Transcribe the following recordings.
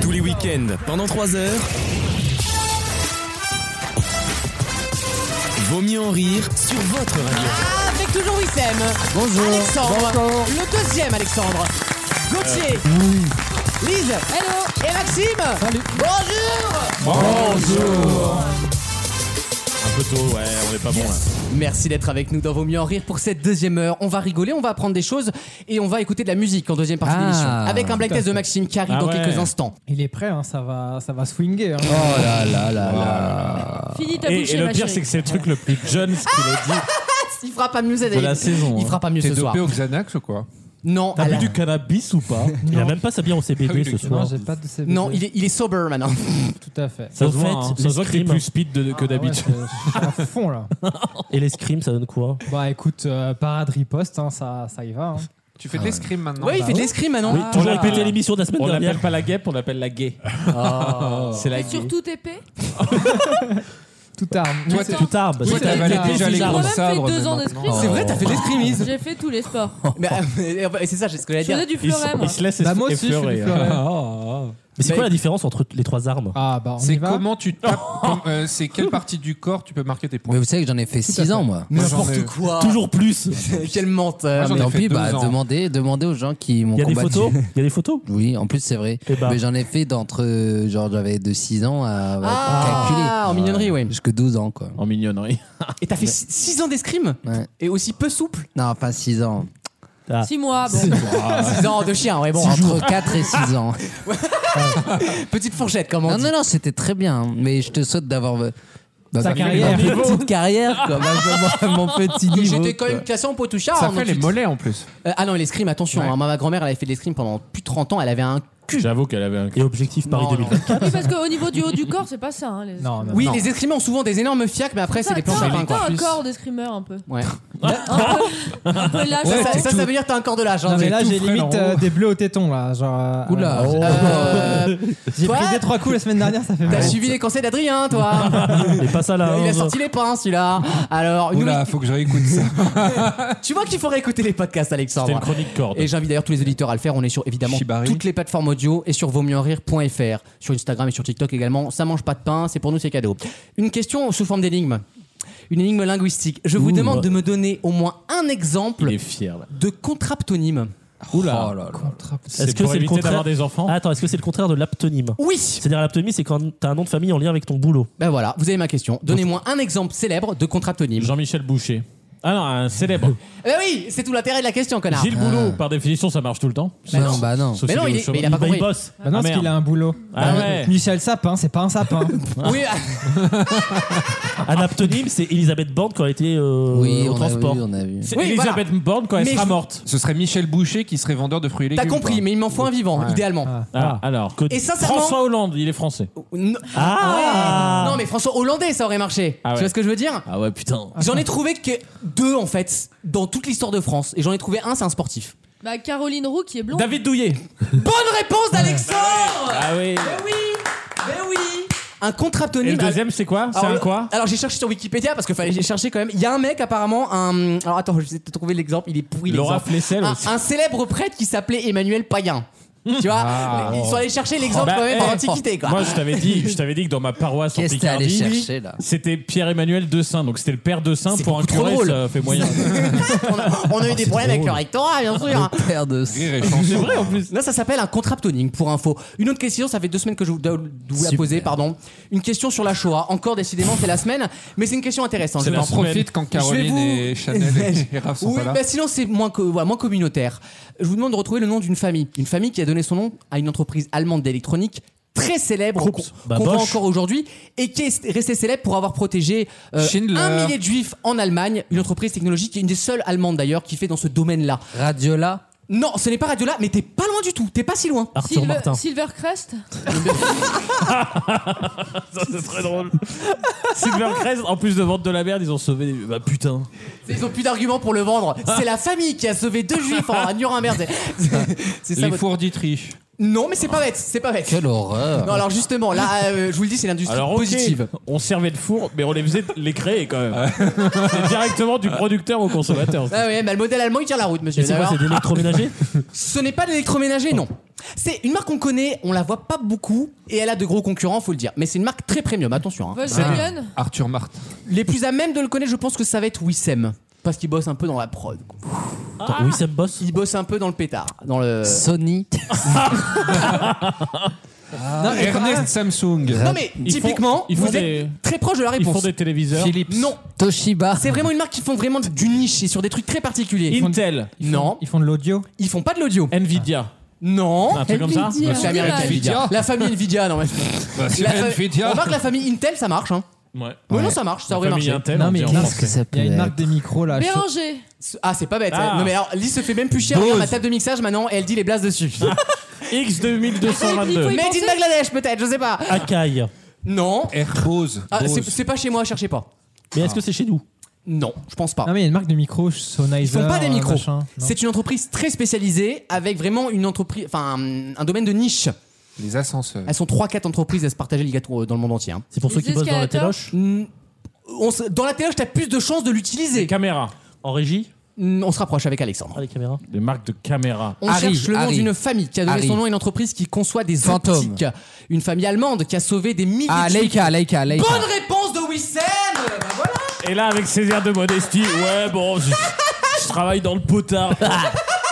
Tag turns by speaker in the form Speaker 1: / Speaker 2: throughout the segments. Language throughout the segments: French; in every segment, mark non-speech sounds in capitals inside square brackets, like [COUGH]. Speaker 1: Tous les week-ends, pendant 3 heures. Vaut mieux en rire sur votre radio.
Speaker 2: Ah, Avec toujours Wissem.
Speaker 3: Bonjour.
Speaker 2: Alexandre.
Speaker 3: Bonjour. Euh,
Speaker 2: Le deuxième Alexandre. Gauthier.
Speaker 3: Oui.
Speaker 2: Lise. Hello. Et Maxime.
Speaker 3: Salut.
Speaker 2: Bonjour.
Speaker 1: Un peu tôt, ouais, on est pas bon hein. là.
Speaker 3: Merci d'être avec nous dans Vos Mieux en Rire pour cette deuxième heure. On va rigoler, on va apprendre des choses et on va écouter de la musique en deuxième partie
Speaker 4: Ah,
Speaker 3: de l'émission. Avec un black
Speaker 4: tout à
Speaker 3: test de
Speaker 4: fait.
Speaker 3: Maxime qui arrive
Speaker 1: Ah
Speaker 3: dans
Speaker 1: ouais.
Speaker 3: quelques instants.
Speaker 4: Il est prêt, hein, ça, va, ça va swinger. hein.
Speaker 5: Finis ta
Speaker 1: Et,
Speaker 5: bouchée,
Speaker 1: et le
Speaker 5: ma
Speaker 1: pire,
Speaker 5: chérie.
Speaker 1: c'est que c'est le truc le plus jeune ce qu'il a dit
Speaker 3: Il fera pas mieux cette
Speaker 1: de la saison.
Speaker 3: Il
Speaker 1: hein.
Speaker 3: fera Ah pas mieux
Speaker 6: T'es
Speaker 3: ce
Speaker 6: dopé
Speaker 3: soir.
Speaker 6: au Xanax ou quoi
Speaker 3: Non,
Speaker 1: T'as
Speaker 3: à
Speaker 1: bu
Speaker 3: la-
Speaker 1: du cannabis ou pas Il a même pas s'habillé en CBD ce
Speaker 4: Non,
Speaker 1: soir.
Speaker 4: j'ai pas de CBD.
Speaker 3: non, il est, il est sober maintenant.
Speaker 4: Tout à fait.
Speaker 7: Ça
Speaker 1: Au
Speaker 7: se voit,
Speaker 1: fait,
Speaker 7: hein.
Speaker 1: ça se voit que t'es
Speaker 7: L'escrime.
Speaker 1: plus speed de- que
Speaker 4: Ah ouais,
Speaker 1: d'habitude.
Speaker 4: je- je suis à fond, là.
Speaker 7: Et l'escrime, ça donne quoi
Speaker 4: Bah écoute, euh, parade riposte, hein, ça, ça y va. hein.
Speaker 6: Tu fais de l'escrime maintenant
Speaker 3: Ouais, il fait de l'escrime maintenant.
Speaker 7: Oui,
Speaker 4: Ah.
Speaker 7: toujours
Speaker 1: Ah.
Speaker 7: répéter l'émission de la semaine
Speaker 1: On
Speaker 7: dernière.
Speaker 1: l'appelle pas la guêpe, on l'appelle la gay. C'est la gay.
Speaker 5: Surtout épée.
Speaker 4: Tout arme.
Speaker 6: Toi,
Speaker 4: Oui, c'est-
Speaker 7: Tout tard, parce
Speaker 6: Toi,
Speaker 7: que
Speaker 6: t'as
Speaker 7: t'as
Speaker 6: avalé
Speaker 7: été
Speaker 6: déjà les
Speaker 7: bizarre.
Speaker 5: J'ai
Speaker 6: gros
Speaker 5: même
Speaker 6: sabres.
Speaker 5: fait
Speaker 6: mais
Speaker 5: deux ans
Speaker 6: maintenant-
Speaker 5: d'escrime.
Speaker 3: C'est vrai, t'as fait de l'escrimisme.
Speaker 5: J'ai fait tous les sports.
Speaker 3: Mais euh, c'est ça, c'est ce que
Speaker 5: Je
Speaker 3: j'allais dire.
Speaker 5: faisais du
Speaker 1: Il,
Speaker 5: fleuret,
Speaker 1: il
Speaker 5: moi.
Speaker 1: se laisse
Speaker 4: Bah, moi aussi, je suis
Speaker 1: effleurer.
Speaker 4: du
Speaker 1: hein.
Speaker 4: fleuret.
Speaker 7: Ah, Mais c'est
Speaker 3: Mais-
Speaker 7: quoi la différence entre les trois armes
Speaker 4: Ah bah on y
Speaker 6: C'est
Speaker 4: va.
Speaker 6: comment tu
Speaker 3: [LAUGHS]
Speaker 6: tapes comme- euh, C'est quelle partie du corps tu peux marquer tes points
Speaker 8: Mais vous savez que j'en ai fait 6 ans, moi.
Speaker 6: Moi, j'en ai-
Speaker 3: N'importe quoi. Euh,
Speaker 7: Toujours plus
Speaker 3: Quel menteur.
Speaker 6: Moi, j'en ai
Speaker 8: Tant
Speaker 6: fait
Speaker 8: pis,
Speaker 6: deux
Speaker 8: bah,
Speaker 6: ans.
Speaker 8: demandez, demandez aux gens qui m'ont
Speaker 7: Il y a des
Speaker 8: combattu.
Speaker 7: photos Il y a des photos
Speaker 8: [LAUGHS] Oui, en plus, c'est vrai.
Speaker 7: Eh ben.
Speaker 8: Mais j'en ai fait d'entre. euh, Genre, j'avais de 6 ans à. à
Speaker 3: Ah,
Speaker 8: calculer.
Speaker 3: en mignonnerie, oui.
Speaker 8: Jusque 12 ans, quoi.
Speaker 1: En mignonnerie.
Speaker 3: Et t'as fait 6 ans d'escrime
Speaker 8: Ouais.
Speaker 3: Et aussi peu souple
Speaker 8: Non, enfin, 6 ans.
Speaker 7: Ah.
Speaker 5: Six mois, bon.
Speaker 3: 6 ans de chien, ouais, bon.
Speaker 8: Entre 4 et 6 ans.
Speaker 3: Petite fourchette, comme on
Speaker 8: [LAUGHS] Non,
Speaker 3: dit.
Speaker 8: non, non, c'était très bien. hein. Mais je te saute d'avoir. bah,
Speaker 4: Sa
Speaker 8: bah,
Speaker 4: carrière.
Speaker 8: ma petite carrière, quoi.
Speaker 4: Ah,
Speaker 8: Ma- mon, mon petit
Speaker 3: Que
Speaker 8: niveau.
Speaker 3: J'étais quand même classé en poitouchard.
Speaker 6: Ça
Speaker 3: hein,
Speaker 6: fait
Speaker 3: donc
Speaker 6: les
Speaker 3: tu-
Speaker 6: mollets en plus.
Speaker 3: Euh, ah non, l'escrime, attention.
Speaker 6: Ouais.
Speaker 3: hein, ma, ma grand-mère, elle avait fait de l'escrime pendant plus de 30 ans. Elle avait un.
Speaker 1: J'avoue qu'elle avait un.
Speaker 7: Et objectif Paris
Speaker 3: Non,
Speaker 7: 2024.
Speaker 5: Oui, parce qu'au niveau du haut du corps, c'est pas ça. Hein, les...
Speaker 4: Non, non.
Speaker 3: Oui,
Speaker 4: non.
Speaker 3: les escrimés ont souvent des énormes fiacs, mais après, c'est
Speaker 5: Ça,
Speaker 3: des planches
Speaker 5: t'as-
Speaker 3: à pain,
Speaker 5: t'as
Speaker 3: quoi.
Speaker 5: un corps de screamer un peu.
Speaker 3: Ouais.
Speaker 5: Un peu lâche.
Speaker 3: ça, ça,
Speaker 5: Ouais.
Speaker 3: ça, ça veut dire que t'as un corps de l'âge.
Speaker 4: Non,
Speaker 3: hein,
Speaker 4: mais là
Speaker 3: tout
Speaker 4: j'ai
Speaker 3: frêle en
Speaker 4: limite
Speaker 3: haut.
Speaker 4: euh, des bleus au téton là. Genre, euh,
Speaker 8: Oula.
Speaker 4: euh,
Speaker 3: Euh,
Speaker 4: J'ai
Speaker 3: Toi
Speaker 4: pris des trois coups la semaine dernière, ça fait
Speaker 3: T'as
Speaker 1: Ah,
Speaker 4: mal.
Speaker 3: suivi les conseils d'Adrien, toi
Speaker 1: [LAUGHS]
Speaker 7: Mais pas ça là.
Speaker 3: Il a
Speaker 7: hein.
Speaker 3: sorti les pains, celui-là. Alors, nous,
Speaker 6: Oula, faut que je réécoute ça.
Speaker 3: tu vois qu'il faudrait écouter les podcasts,
Speaker 1: C'était une
Speaker 3: Alexandre.
Speaker 1: chronique corde.
Speaker 3: Et j'invite d'ailleurs tous les auditeurs à le faire. On est sur évidemment
Speaker 6: Shibari.
Speaker 3: toutes les plateformes audio et sur vaumieuxenrire.fr, sur Instagram et sur TikTok également. Ça mange pas de pain, c'est pour nous c'est cadeau. Une question sous forme d'énigme. Une énigme linguistique. Je vous
Speaker 7: Ouh.
Speaker 3: demande de me donner au moins un exemple
Speaker 1: Il est fier là.
Speaker 3: de contraptonyme.
Speaker 1: Oula.
Speaker 8: Oh là là.
Speaker 7: Est-ce
Speaker 1: C'est
Speaker 7: que
Speaker 1: pour
Speaker 7: c'est le
Speaker 1: éviter
Speaker 7: contraire
Speaker 1: d'avoir des enfants
Speaker 7: Ah, Attends, est-ce que c'est le contraire de l'aptonyme
Speaker 3: Oui
Speaker 7: C'est-à-dire l'aptonyme, c'est quand t'as un nom de famille en lien avec ton boulot.
Speaker 3: Ben voilà, vous avez ma question. Donnez-moi un exemple célèbre de contraptonyme.
Speaker 1: Jean-Michel Boucher. Ah non, un célèbre.
Speaker 3: Ben oui, c'est tout l'intérêt de la question, connard.
Speaker 1: Gilles Boulot, Oh, par définition, ça marche tout le temps.
Speaker 8: Non, bah non.
Speaker 1: Sauf
Speaker 3: Mais
Speaker 1: s'il
Speaker 3: non,
Speaker 1: est
Speaker 3: il
Speaker 1: au
Speaker 3: est-
Speaker 1: chômage.
Speaker 3: mais il a pas
Speaker 7: Bah,
Speaker 3: compris.
Speaker 7: il bosse.
Speaker 4: Bah non, parce
Speaker 1: merde.
Speaker 4: qu'il a un boulot. Bah,
Speaker 1: Ah ouais.
Speaker 4: Michel Sapin, c'est pas un hein. sapin.
Speaker 1: Ah.
Speaker 3: Oui, ah,
Speaker 7: Un aptonyme, c'est Elisabeth Borne quand elle était euh,
Speaker 8: Oui,
Speaker 7: au
Speaker 8: on a vu,
Speaker 7: transport.
Speaker 8: on
Speaker 3: [LAUGHS]
Speaker 8: a vu.
Speaker 1: C'est
Speaker 3: Oui,
Speaker 1: Elisabeth Borne quand elle
Speaker 3: Mais
Speaker 1: sera
Speaker 3: je-
Speaker 1: morte.
Speaker 6: Ce serait Michel Boucher qui serait vendeur de fruits et légumes.
Speaker 3: t'as compris,
Speaker 6: quoi.
Speaker 3: mais il m'en faut un vivant,
Speaker 6: Ouais.
Speaker 3: idéalement.
Speaker 4: Ah.
Speaker 1: Ah, alors.
Speaker 7: Que-
Speaker 3: Et sincèrement.
Speaker 1: François Hollande, il est français.
Speaker 3: Non-
Speaker 7: Ah
Speaker 3: Non, mais François Hollandais, ça aurait marché.
Speaker 1: Ah ouais.
Speaker 3: Tu vois ce que je veux dire
Speaker 1: Ah ouais, putain.
Speaker 3: J'en ai trouvé que deux en fait dans toute l'histoire de France et j'en ai trouvé un c'est un sportif.
Speaker 5: Bah, Caroline Roux qui est blonde.
Speaker 1: David Douillet.
Speaker 3: Bonne réponse d'Alexandre.
Speaker 1: Ah oui.
Speaker 3: Mais oui, mais oui. Un
Speaker 1: Et le
Speaker 3: contraptonyme.
Speaker 1: deuxième, c'est quoi C'est
Speaker 3: Alors,
Speaker 1: un
Speaker 3: le-
Speaker 1: quoi
Speaker 3: Ah, Alors j'ai cherché sur Wikipédia parce que fallait j'ai cherché quand même. Il y a un mec apparemment un alors attends, je vais te trouver l'exemple, il est pourri
Speaker 1: Laura
Speaker 3: l'exemple.
Speaker 1: Flessel
Speaker 3: Un,
Speaker 1: aussi.
Speaker 3: un célèbre prêtre qui s'appelait Emmanuel Payen. Tu vois, ils sont allés chercher l'exemple
Speaker 1: Ah, Bah,
Speaker 3: quand même
Speaker 1: eh,
Speaker 3: en antiquité quoi. [LAUGHS]
Speaker 1: Moi, je t'avais dit, je t'avais dit que dans ma paroisse en
Speaker 8: Qu'est-ce que t'es allé
Speaker 1: Picardie,
Speaker 8: chercher, là
Speaker 1: c'était Pierre-Emmanuel de Saint, donc c'était le père de Saint
Speaker 3: C'est
Speaker 1: pour un
Speaker 3: beaucoup trop
Speaker 1: curé,
Speaker 3: drôle.
Speaker 1: ça fait
Speaker 3: [LAUGHS]
Speaker 1: moyen.
Speaker 3: on, a, on
Speaker 1: Ah,
Speaker 3: a eu des problèmes avec
Speaker 7: drôle.
Speaker 3: le rectorat bien sûr. hein.
Speaker 8: Père de.
Speaker 6: Rire et chanson.
Speaker 1: C'est vrai en plus.
Speaker 3: Là, ça s'appelle un contraptonyme, pour info. Une autre question, ça fait deux semaines que je vous, dois- vous la
Speaker 8: Super.
Speaker 3: poser, pardon. Une question sur la Shoah. Encore, décidément, c'est la semaine, mais c'est une question intéressante.
Speaker 1: C'est
Speaker 3: Je
Speaker 1: la
Speaker 3: vais
Speaker 6: T'en
Speaker 3: en
Speaker 1: semaine.
Speaker 6: profites quand Caroline
Speaker 3: Je vais vous-
Speaker 6: et Chanel
Speaker 3: [LAUGHS]
Speaker 6: et Raph sont
Speaker 3: oui,
Speaker 6: pas là.
Speaker 3: bah sinon c'est moins, co- ouais, moins communautaire. Je vous demande de retrouver le nom d'une famille. Une famille qui a donné son nom à une entreprise allemande d'électronique très célèbre qu'on
Speaker 7: Bah,
Speaker 3: qu'on voit
Speaker 7: Bosch.
Speaker 3: encore aujourd'hui et qui est restée célèbre pour avoir protégé euh,
Speaker 6: Schindler.
Speaker 3: un millier de juifs en Allemagne. Une entreprise technologique qui est une des seules allemandes d'ailleurs qui fait dans ce domaine-là.
Speaker 8: Radiola.
Speaker 3: Non, ce n'est pas Radiola, mais t'es pas loin du tout. T'es pas si loin.
Speaker 7: Arthur
Speaker 5: Silver-
Speaker 7: Martin.
Speaker 5: Silvercrest.
Speaker 7: Ça, c'est très drôle.
Speaker 1: Silvercrest, en plus de vendre de la merde, ils ont sauvé des. Bah putain.
Speaker 3: Ils ont plus d'arguments pour le
Speaker 6: [LAUGHS]
Speaker 3: vendre. [LAUGHS] C'est la famille qui a sauvé deux juifs en- à Nuremberg. C'est- C'est ça
Speaker 6: Les
Speaker 3: votre-
Speaker 6: fours d'Ittrich.
Speaker 3: Non, mais c'est pas bête, c'est pas bête.
Speaker 8: Quelle horreur.
Speaker 3: Non, alors justement, là, euh, je vous le dis, c'est l'industrie
Speaker 1: Alors, ok,
Speaker 3: positive.
Speaker 1: on servait de four, mais on les faisait les créer quand même. c'est directement du producteur au consommateur.
Speaker 3: Ah ouais, bah, le modèle allemand, il tire la route, monsieur.
Speaker 7: Et c'est quoi,
Speaker 3: Alors,
Speaker 7: c'est des
Speaker 3: [LAUGHS]
Speaker 7: électroménagers
Speaker 3: ce n'est pas de l'électroménager, non. C'est une marque qu'on connaît, on la voit pas beaucoup, et elle a de gros concurrents, faut le dire. Mais c'est une marque très premium, attention. hein.
Speaker 5: Volkswagen
Speaker 6: Arthur Martin.
Speaker 3: Les plus à même de le connaître, je pense que ça va être Wissem. Parce qu'il bosse un peu dans la prod. quoi.
Speaker 7: Attends, Wissem Boss
Speaker 3: Il bosse un peu dans le pétard. Dans le...
Speaker 8: Sony. [LAUGHS]
Speaker 4: Non, mais quand
Speaker 6: Ernest
Speaker 4: même,
Speaker 6: Samsung.
Speaker 3: Non mais
Speaker 1: Ils font-
Speaker 3: typiquement,
Speaker 1: ils font
Speaker 3: vous
Speaker 1: des-
Speaker 3: êtes très proche de la
Speaker 1: Ils
Speaker 3: réponse.
Speaker 1: font des téléviseurs.
Speaker 8: Philips.
Speaker 3: Non,
Speaker 8: Toshiba.
Speaker 3: c'est vraiment une marque qui font vraiment du niche et sur des trucs très particuliers.
Speaker 1: Intel,
Speaker 3: Non,
Speaker 4: Ils font de l'audio.
Speaker 3: ils font pas de l'audio.
Speaker 1: Nvidia,
Speaker 3: Non,
Speaker 1: un truc comme ça.
Speaker 5: euh, Nvidia.
Speaker 3: c'est américain.
Speaker 6: Nvidia.
Speaker 3: La famille Nvidia, non mais.
Speaker 6: Bah, c'est
Speaker 3: La fa-
Speaker 6: Nvidia.
Speaker 3: Remarque la famille Intel, ça marche. Hein.
Speaker 1: Ouais.
Speaker 3: Oui, non, ça marche, ça
Speaker 1: La
Speaker 3: aurait
Speaker 1: famille
Speaker 3: marché.
Speaker 1: Intel,
Speaker 4: Non,
Speaker 1: on
Speaker 4: mais
Speaker 1: dit en
Speaker 4: qu'est-ce
Speaker 1: français.
Speaker 8: que ça
Speaker 4: Il y a
Speaker 8: peut
Speaker 4: une
Speaker 8: être
Speaker 4: marque des micros là. je-
Speaker 5: Béranger
Speaker 3: Ah, c'est pas bête.
Speaker 1: Ah.
Speaker 3: hein. Non mais alors, Lise se fait même plus cher. Regarde ma table de mixage maintenant et elle dit les blases
Speaker 1: Ah.
Speaker 3: dessus.
Speaker 5: Faut
Speaker 1: X2222.
Speaker 5: y
Speaker 3: Made
Speaker 5: penser.
Speaker 3: in Bangladesh peut-être, je sais pas.
Speaker 7: Akai.
Speaker 3: Non.
Speaker 6: Airbose.
Speaker 3: Ah, c'est
Speaker 6: Bose.
Speaker 3: c'est pas chez moi, cherchez pas.
Speaker 7: Mais est-ce que c'est chez nous
Speaker 3: Non, je pense pas.
Speaker 4: Non, Ah, mais il y a une marque de micros,
Speaker 3: Ils
Speaker 4: Sennheiser.
Speaker 3: font pas des
Speaker 4: euh,
Speaker 3: micros.
Speaker 4: machin, non.
Speaker 3: C'est une entreprise très spécialisée avec vraiment une entreprise, enfin un, un domaine de niche.
Speaker 6: Les ascenseurs.
Speaker 3: Elles sont 3-4 entreprises à se partager les gâteaux euh, dans le monde entier. hein.
Speaker 7: C'est pour
Speaker 5: Les
Speaker 7: ceux qui bossent dans la
Speaker 5: escalators.
Speaker 7: téloche
Speaker 3: Mm, on se- dans la télé, t'as plus de chances de l'utiliser.
Speaker 1: Caméra.
Speaker 7: En régie
Speaker 3: Mm, On se rapproche avec Alexandre.
Speaker 7: Ah, les caméras
Speaker 1: Des marques de caméra.
Speaker 3: On
Speaker 8: Harry,
Speaker 3: cherche le nom
Speaker 8: Harry.
Speaker 3: d'une famille qui a donné
Speaker 8: Harry.
Speaker 3: son nom à une entreprise qui conçoit des
Speaker 8: Fantôme.
Speaker 3: optiques. Une famille allemande qui a sauvé des milliers
Speaker 8: Ah,
Speaker 3: de vies.
Speaker 8: Leica, Leica, Leica.
Speaker 3: Bonne réponse de Wissem Bah voilà.
Speaker 1: Et là, avec ses airs de modestie, ouais, bon, je, je travaille dans le potard.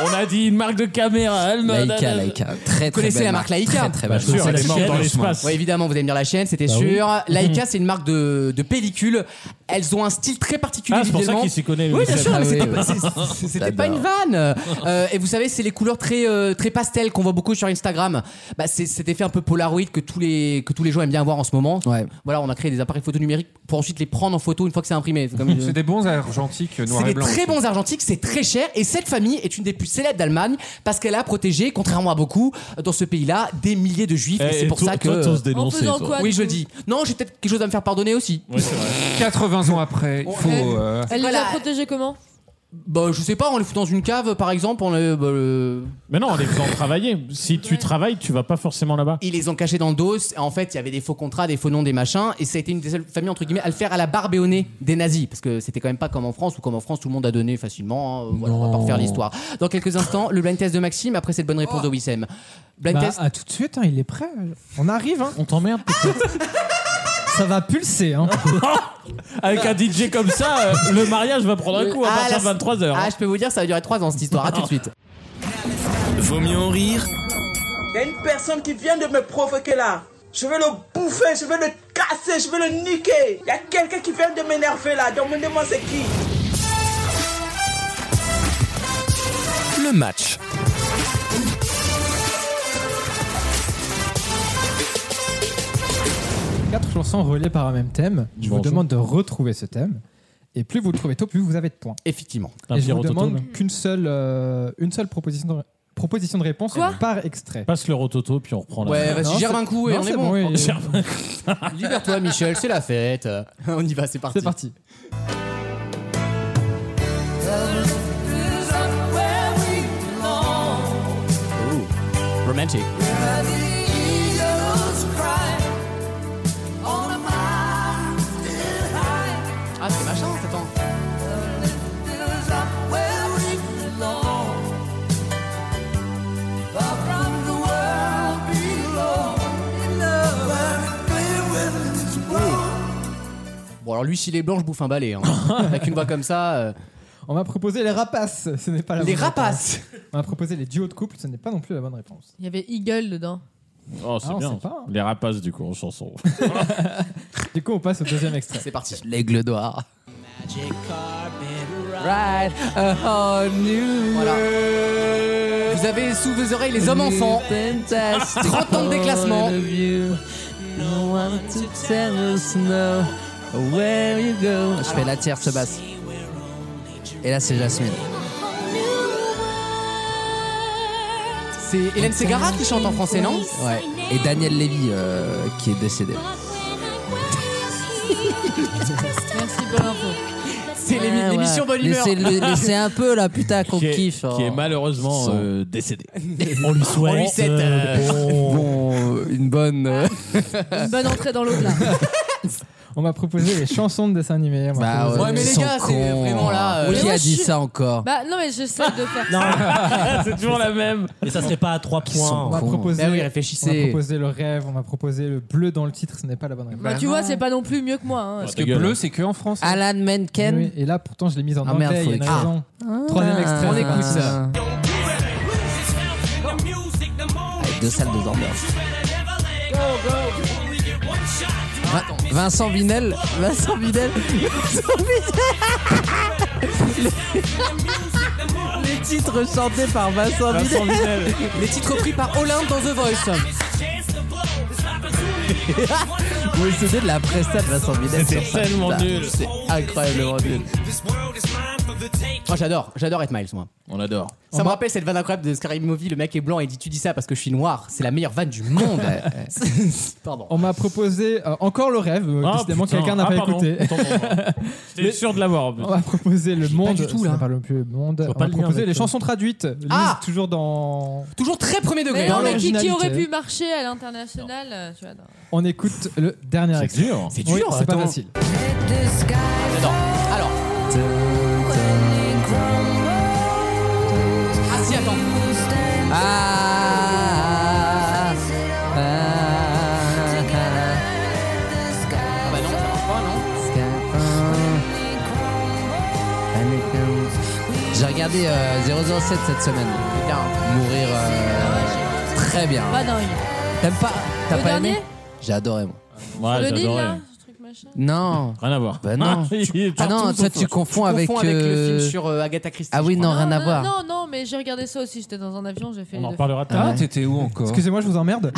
Speaker 1: On a dit une marque de caméra Bah, allemande.
Speaker 8: Leica, Leica. Très, très Vous
Speaker 3: connaissez la marque Leica
Speaker 8: Très, très belle
Speaker 1: Bien sûr,
Speaker 8: marque.
Speaker 1: elle est morte dans l'espace.
Speaker 3: Ouais, évidemment, vous allez me dire la chaîne, c'était
Speaker 1: Bah
Speaker 3: sûr.
Speaker 1: Mhm.
Speaker 3: Leica, c'est une marque de, de pellicules. Elles ont un style très particulier
Speaker 1: Ah, c'est pour ça
Speaker 3: visuellement.
Speaker 1: qu'il s'y connaît.
Speaker 3: Oui, bien
Speaker 1: Wissem.
Speaker 3: sûr, mais
Speaker 8: Ah oui,
Speaker 3: c'était
Speaker 8: oui.
Speaker 3: pas- c'est- c'est- c'était pas
Speaker 8: J'adore.
Speaker 3: une vanne. Euh, et vous savez, c'est les couleurs très, euh, très pastel qu'on voit beaucoup sur Instagram. Bah, c'est cet effet un peu Polaroid que tous les, que tous les gens aiment bien avoir en ce moment.
Speaker 8: Ouais.
Speaker 3: Voilà, on a créé des appareils photo numériques pour ensuite les prendre en photo une fois que c'est imprimé. C'est comme-
Speaker 6: C'est des bons argentiques noirs
Speaker 3: C'est
Speaker 6: et
Speaker 3: des
Speaker 6: blancs.
Speaker 3: très bons argentiques, c'est très cher et cette famille est une des plus célèbres d'Allemagne parce qu'elle a protégé, contrairement à beaucoup, dans ce pays-là, des milliers de juifs.
Speaker 1: Eh,
Speaker 3: et c'est
Speaker 1: et
Speaker 3: pour
Speaker 1: toi-
Speaker 3: ça que.
Speaker 1: Toi, t'oses dénoncer.
Speaker 5: faisant
Speaker 1: toi.
Speaker 5: quoi
Speaker 3: oui, je le dis. Non, j'ai peut-être quelque chose à me faire pardonner aussi.
Speaker 1: Ouais, c'est vrai.
Speaker 6: 80 ans après, il faut.
Speaker 5: Ouais.
Speaker 6: euh,
Speaker 5: Elle les
Speaker 3: Voilà.
Speaker 5: a protégés comment
Speaker 3: Bah, je sais pas, on les fout dans une cave par exemple, on les, bah, le-
Speaker 1: Mais non, en les faisant travailler. Si tu travailles, tu vas pas forcément là-bas.
Speaker 3: ils les ont cachés dans le dos. et En fait, il y avait des faux contrats, des faux noms, des machins. Et ça a été une des seules familles, entre guillemets, à le faire à la barbe et au nez des nazis. Parce que c'était quand même pas comme en France, où comme en France, tout le monde a donné facilement. hein. Voilà, on va pas refaire l'histoire. Dans quelques instants, le blind test de Maxime, après cette bonne réponse de Wissem. Blind
Speaker 4: Bah,
Speaker 3: test.
Speaker 4: à tout de suite, hein, il est prêt. On arrive, hein.
Speaker 7: On t'emmerde
Speaker 4: [LAUGHS] ça va pulser. Hein.
Speaker 1: Avec un DJ comme ça, euh, le mariage va prendre un coup à
Speaker 3: Ah,
Speaker 1: partir
Speaker 3: la-
Speaker 1: de hein. 23h.
Speaker 3: Ah, je peux vous dire, ça va durer 3 ans cette histoire. À tout de suite.
Speaker 9: Vaut mieux en rire
Speaker 10: Il y a une personne qui vient de me provoquer là. Je vais le bouffer, je vais le casser, je vais le niquer. Il y a quelqu'un qui vient de m'énerver là. Demandez-moi c'est qui.
Speaker 9: le match.
Speaker 4: Quatre chansons reliées par un même thème. Je vous
Speaker 1: Bonjour.
Speaker 4: demande de retrouver ce thème. Et plus vous le trouvez tôt, plus vous avez de points.
Speaker 3: Effectivement.
Speaker 1: T'as un
Speaker 4: Et je
Speaker 1: petit
Speaker 4: vous
Speaker 1: rototo, là.
Speaker 4: demande qu'une seule, euh, une seule proposition de, proposition de réponse
Speaker 5: Quoi
Speaker 4: par extrait.
Speaker 1: Passe le rototo, puis on reprend la.
Speaker 3: Ouais,
Speaker 4: Non,
Speaker 3: vas-y, germe
Speaker 4: c'est-
Speaker 3: un coup et
Speaker 4: non,
Speaker 3: on est
Speaker 4: c'est
Speaker 3: bon.
Speaker 4: bon, il-
Speaker 3: Libère-toi, Michel, c'est la fête. [LAUGHS] on y va, c'est parti.
Speaker 4: C'est parti.
Speaker 3: Romantic. Ah, c'est machin, attends. Bon, alors lui, s'il est blanc, je bouffe un balai. [LAUGHS] Hein. Avec une voix comme ça. euh,
Speaker 4: On m'a proposé les rapaces. Ce n'est pas la
Speaker 3: Les
Speaker 4: bonne réponse.
Speaker 3: rapaces
Speaker 4: On m'a proposé les duos de couple. Ce n'est pas non plus la bonne réponse.
Speaker 5: Il y avait Eagle dedans.
Speaker 1: Oh, c'est
Speaker 4: Ah, on
Speaker 1: bien.
Speaker 4: sait pas.
Speaker 1: Les rapaces, du coup, en chanson.
Speaker 4: Du coup, on passe au deuxième extrait.
Speaker 3: C'est [LAUGHS] parti.
Speaker 8: L'aigle d'or.
Speaker 3: Voilà. Vous avez sous vos oreilles les hommes enfants. 30 ans de déclassement.
Speaker 8: Je fais la tierce basse. Et là, c'est Jasmine.
Speaker 3: C'est Hélène Ségara qui chante en français, non
Speaker 8: Ouais. Et Daniel Lévy, euh, qui est décédé.
Speaker 5: Merci pour l'info.
Speaker 3: c'est l'émi-
Speaker 8: Ouais,
Speaker 3: l'émission
Speaker 8: ouais.
Speaker 3: bonne humeur.
Speaker 8: Laissez- le- Laissez un peu là, putain, qu'on
Speaker 1: qui est,
Speaker 8: kiffe.
Speaker 1: qui est
Speaker 8: oh.
Speaker 1: malheureusement
Speaker 8: Son.
Speaker 1: euh, décédé.
Speaker 7: On lui souhaite.
Speaker 3: On lui souhaite,
Speaker 7: euh, bon-
Speaker 8: Bon,
Speaker 3: Oh,
Speaker 8: euh, une bonne. euh,
Speaker 5: Une bonne entrée dans l'autre là.
Speaker 4: On m'a proposé les chansons de dessins animés. on m'a
Speaker 8: Bah
Speaker 4: proposé-
Speaker 3: Ouais, mais
Speaker 8: ils
Speaker 3: les
Speaker 8: sont
Speaker 3: gars, c'est
Speaker 8: cons.
Speaker 3: vraiment là, euh,
Speaker 8: Qui
Speaker 5: Mais
Speaker 8: a
Speaker 5: moi,
Speaker 8: dit
Speaker 5: je-
Speaker 8: ça encore
Speaker 5: Bah non, mais j'essaie de faire [LAUGHS]
Speaker 7: Non,
Speaker 5: ça.
Speaker 1: c'est toujours la même.
Speaker 7: mais ça serait pas à 3
Speaker 8: sont
Speaker 4: On
Speaker 7: points.
Speaker 4: m'a
Speaker 8: cons.
Speaker 4: proposé.
Speaker 3: Bah oui,
Speaker 4: on m'a
Speaker 3: réfléchissez.
Speaker 4: proposé le rêve, on m'a proposé le bleu dans le titre, ce n'est pas la bonne réponse.
Speaker 5: Bah, tu vois, c'est pas non plus mieux que moi. hein.
Speaker 6: Parce
Speaker 1: ta
Speaker 6: que
Speaker 1: gueule,
Speaker 6: bleu,
Speaker 1: hein.
Speaker 6: c'est que en France.
Speaker 8: Alan Menken
Speaker 4: Oui, et là, pourtant, je l'ai mise en
Speaker 8: Ah,
Speaker 4: anglais.
Speaker 8: merde, faut
Speaker 4: il y en a
Speaker 8: écrire.
Speaker 4: raison. Troisième extrait.
Speaker 8: Ah.
Speaker 4: Ah,
Speaker 8: On
Speaker 4: écoute ça.
Speaker 8: Avec deux salles, deux ambiances. Vin- Vincent Vinel, Vincent Vinel, Vincent Vinel. Les- Les titres chantés par Vincent Vinel.
Speaker 3: Les titres pris par Olympe dans The
Speaker 8: [LAUGHS]
Speaker 3: Voice.
Speaker 8: Vous vous souvenez de la prestade Vincent Vinel
Speaker 1: C'était
Speaker 8: sur ça,
Speaker 1: tellement
Speaker 8: putain.
Speaker 1: nul.
Speaker 8: C'est incroyablement nul.
Speaker 3: Moi, Oh, j'adore, j'adore être Miles, moi.
Speaker 1: On adore.
Speaker 3: Ça me rappelle cette vanne incroyable de Scary Movie, le mec est blanc et il dit tu dis ça parce que je suis noir, c'est la meilleure vanne du monde. [LAUGHS] Pardon.
Speaker 4: On m'a proposé euh, encore le rêve. euh,
Speaker 1: Ah,
Speaker 4: décidément,
Speaker 1: putain.
Speaker 4: quelqu'un n'a
Speaker 1: Ah,
Speaker 4: pas
Speaker 1: pardon. [LAUGHS]
Speaker 4: écouté.
Speaker 1: Autant pour moi. J'étais sûr de l'avoir. en plus.
Speaker 4: On m'a proposé le
Speaker 3: l'ai
Speaker 4: monde.
Speaker 3: pas du tout,
Speaker 4: ce
Speaker 3: là.
Speaker 4: n'est pas le plus le monde.
Speaker 7: vois
Speaker 4: On
Speaker 7: pas
Speaker 4: m'a
Speaker 7: le lien
Speaker 4: proposé
Speaker 7: avec
Speaker 4: les
Speaker 7: le-
Speaker 4: chansons traduites. Lise,
Speaker 3: Ah
Speaker 4: toujours dans.
Speaker 3: Toujours très premier
Speaker 5: Mais
Speaker 3: degré.
Speaker 5: non,
Speaker 4: dans
Speaker 5: mais qui, qui
Speaker 4: l'originalité.
Speaker 5: aurait pu marcher à l'international euh, tu vois, dans-
Speaker 4: On écoute le dernier
Speaker 1: C'est
Speaker 4: extrait.
Speaker 1: dur.
Speaker 3: C'est
Speaker 4: Oui,
Speaker 3: dur,
Speaker 4: c'est pas
Speaker 3: attends.
Speaker 4: facile.
Speaker 3: J'adore. Alors. Ah si, attends.
Speaker 8: Ah, ah, ah, ah,
Speaker 3: Ah bah non, ça marche pas, non
Speaker 8: ah. J'ai regardé euh, 007 cette semaine. Mourir euh, très bien.
Speaker 5: Pas dingue.
Speaker 8: T'aimes pas T'as
Speaker 5: Le
Speaker 8: pas
Speaker 5: dernier
Speaker 8: aimé J'ai adoré moi.
Speaker 1: Ouais,
Speaker 5: Le Nil
Speaker 1: j'adorais.
Speaker 5: là ce truc machin.
Speaker 8: Non.
Speaker 1: Rien à voir.
Speaker 8: Bah non.
Speaker 1: Ah, il-
Speaker 8: Ah non, toi tu confonds avec.
Speaker 3: Confond avec le
Speaker 8: euh,
Speaker 3: film sur euh, Agatha Christie.
Speaker 8: Ah oui,
Speaker 3: je crois.
Speaker 8: non, rien à
Speaker 5: non,
Speaker 8: voir.
Speaker 5: Non, non, mais j'ai regardé ça aussi. J'étais dans un avion, j'ai fait
Speaker 1: On
Speaker 5: les
Speaker 1: en
Speaker 5: deux.
Speaker 1: reparlera tout à
Speaker 6: Ah,
Speaker 1: l'heure.
Speaker 6: t'étais où encore
Speaker 4: Excusez-moi, je vous emmerde.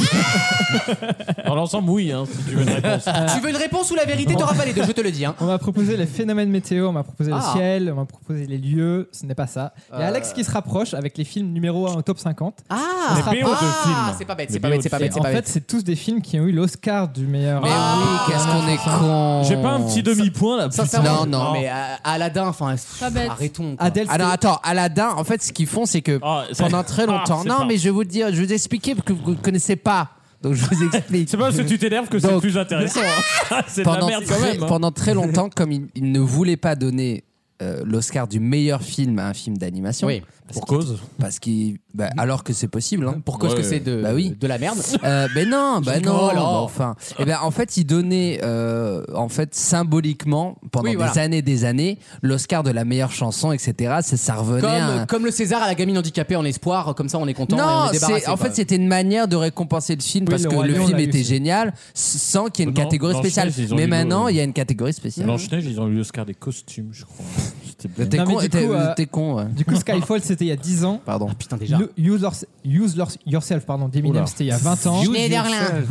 Speaker 1: Dans l'ensemble, oui, hein, si tu veux une
Speaker 7: [LAUGHS]
Speaker 1: réponse.
Speaker 3: Tu veux une réponse ou la vérité T'auras pas les deux, je te le
Speaker 8: [LAUGHS]
Speaker 3: dis. Hein.
Speaker 4: On m'a proposé les phénomènes météo, on m'a proposé
Speaker 3: Ah. Euh.
Speaker 4: le ciel, on m'a proposé les lieux, ce n'est pas ça. Il y a Alex qui se rapproche avec les films numéro 1 au top 50.
Speaker 3: Ah
Speaker 1: Les BO de
Speaker 3: Ah,
Speaker 1: films.
Speaker 3: c'est pas bête,
Speaker 1: Les
Speaker 3: c'est pas
Speaker 1: BO
Speaker 3: bête, c'est
Speaker 1: de
Speaker 3: pas bête,
Speaker 4: Et
Speaker 3: c'est
Speaker 4: en
Speaker 3: pas
Speaker 4: fait,
Speaker 3: bête.
Speaker 4: c'est tous des films qui ont eu l'Oscar du meilleur.
Speaker 8: Mais Eh oui, qu'est-ce qu'on est con.
Speaker 1: J'ai pas un petit demi-point là. putain.
Speaker 3: Sincèrement,
Speaker 8: Non, non.
Speaker 3: mais euh, Aladdin, enfin, pff,
Speaker 5: Pas bête.
Speaker 3: arrêtons. quoi.
Speaker 4: Adèle,
Speaker 8: Ah non, attends, Aladdin, en fait, ce qu'ils font, c'est que
Speaker 1: Ah, c'est-
Speaker 8: pendant très longtemps.
Speaker 1: Ah, c'est
Speaker 8: non,
Speaker 1: pas-
Speaker 8: mais je vais vous dire, je vais vous expliquer parce que vous ne connaissez pas. Donc je
Speaker 1: [LAUGHS]
Speaker 8: vous explique.
Speaker 1: C'est pas parce que tu t'énerves que c'est
Speaker 8: Donc,
Speaker 1: plus
Speaker 7: [LAUGHS]
Speaker 1: intéressant. hein. c'est de la
Speaker 8: pendant,
Speaker 1: merde quand
Speaker 8: très,
Speaker 1: même. hein. [LAUGHS]
Speaker 8: pendant très longtemps, comme ils ils ne voulaient pas donner euh, l'Oscar du meilleur film à un film d'animation,
Speaker 3: Oui.
Speaker 7: hein.
Speaker 1: Pour cause.
Speaker 8: parce qu'ils, bah, alors que c'est possible. hein.
Speaker 3: Pour cause
Speaker 1: Ouais.
Speaker 3: que c'est de,
Speaker 8: Bah oui.
Speaker 3: de la merde.
Speaker 8: Euh, ben non, [LAUGHS] ben
Speaker 3: Je
Speaker 8: non,
Speaker 3: rigole,
Speaker 8: bah
Speaker 3: oh.
Speaker 8: enfin. Et ben en fait, ils donnaient euh, en fait symboliquement pendant
Speaker 3: Oui,
Speaker 8: des
Speaker 3: voilà.
Speaker 8: années, des années, l'Oscar de la meilleure chanson, etc. C'est ça
Speaker 3: [LAUGHS]
Speaker 8: revenait.
Speaker 3: Comme,
Speaker 8: à un-
Speaker 3: comme le César à la gamine handicapée en espoir, comme ça on est content. et
Speaker 8: Non,
Speaker 3: on est
Speaker 8: c'est
Speaker 3: débarrassé,
Speaker 8: en
Speaker 3: quoi.
Speaker 8: fait c'était une manière de récompenser le film
Speaker 4: Oui,
Speaker 8: parce
Speaker 4: le
Speaker 8: que
Speaker 4: Roi
Speaker 8: le
Speaker 4: Lion, on
Speaker 8: film
Speaker 4: l'a vu,
Speaker 8: était
Speaker 4: c'est-
Speaker 8: génial s- sans qu'il y ait une
Speaker 1: Non,
Speaker 8: catégorie
Speaker 1: dans
Speaker 8: spéciale.
Speaker 1: Schneez, ils ont
Speaker 8: Mais
Speaker 1: eu le-
Speaker 8: maintenant il y a une catégorie spéciale.
Speaker 1: Blanche-Neige, ils ont eu l'Oscar des costumes, je crois. C'était bien.
Speaker 8: T'es
Speaker 4: Non, mais
Speaker 8: con,
Speaker 4: du
Speaker 8: t'es-
Speaker 4: coup, euh,
Speaker 8: t'es con, ouais.
Speaker 4: Du coup, Skyfall, c'était il y a 10 ans.
Speaker 8: pardon.
Speaker 3: Putain, déjà.
Speaker 4: Le- Use, Yours- Use Yours- Yourself, pardon, d'Eminem,
Speaker 1: Oula.
Speaker 4: c'était il y a 20 ans.
Speaker 3: Use Yourself.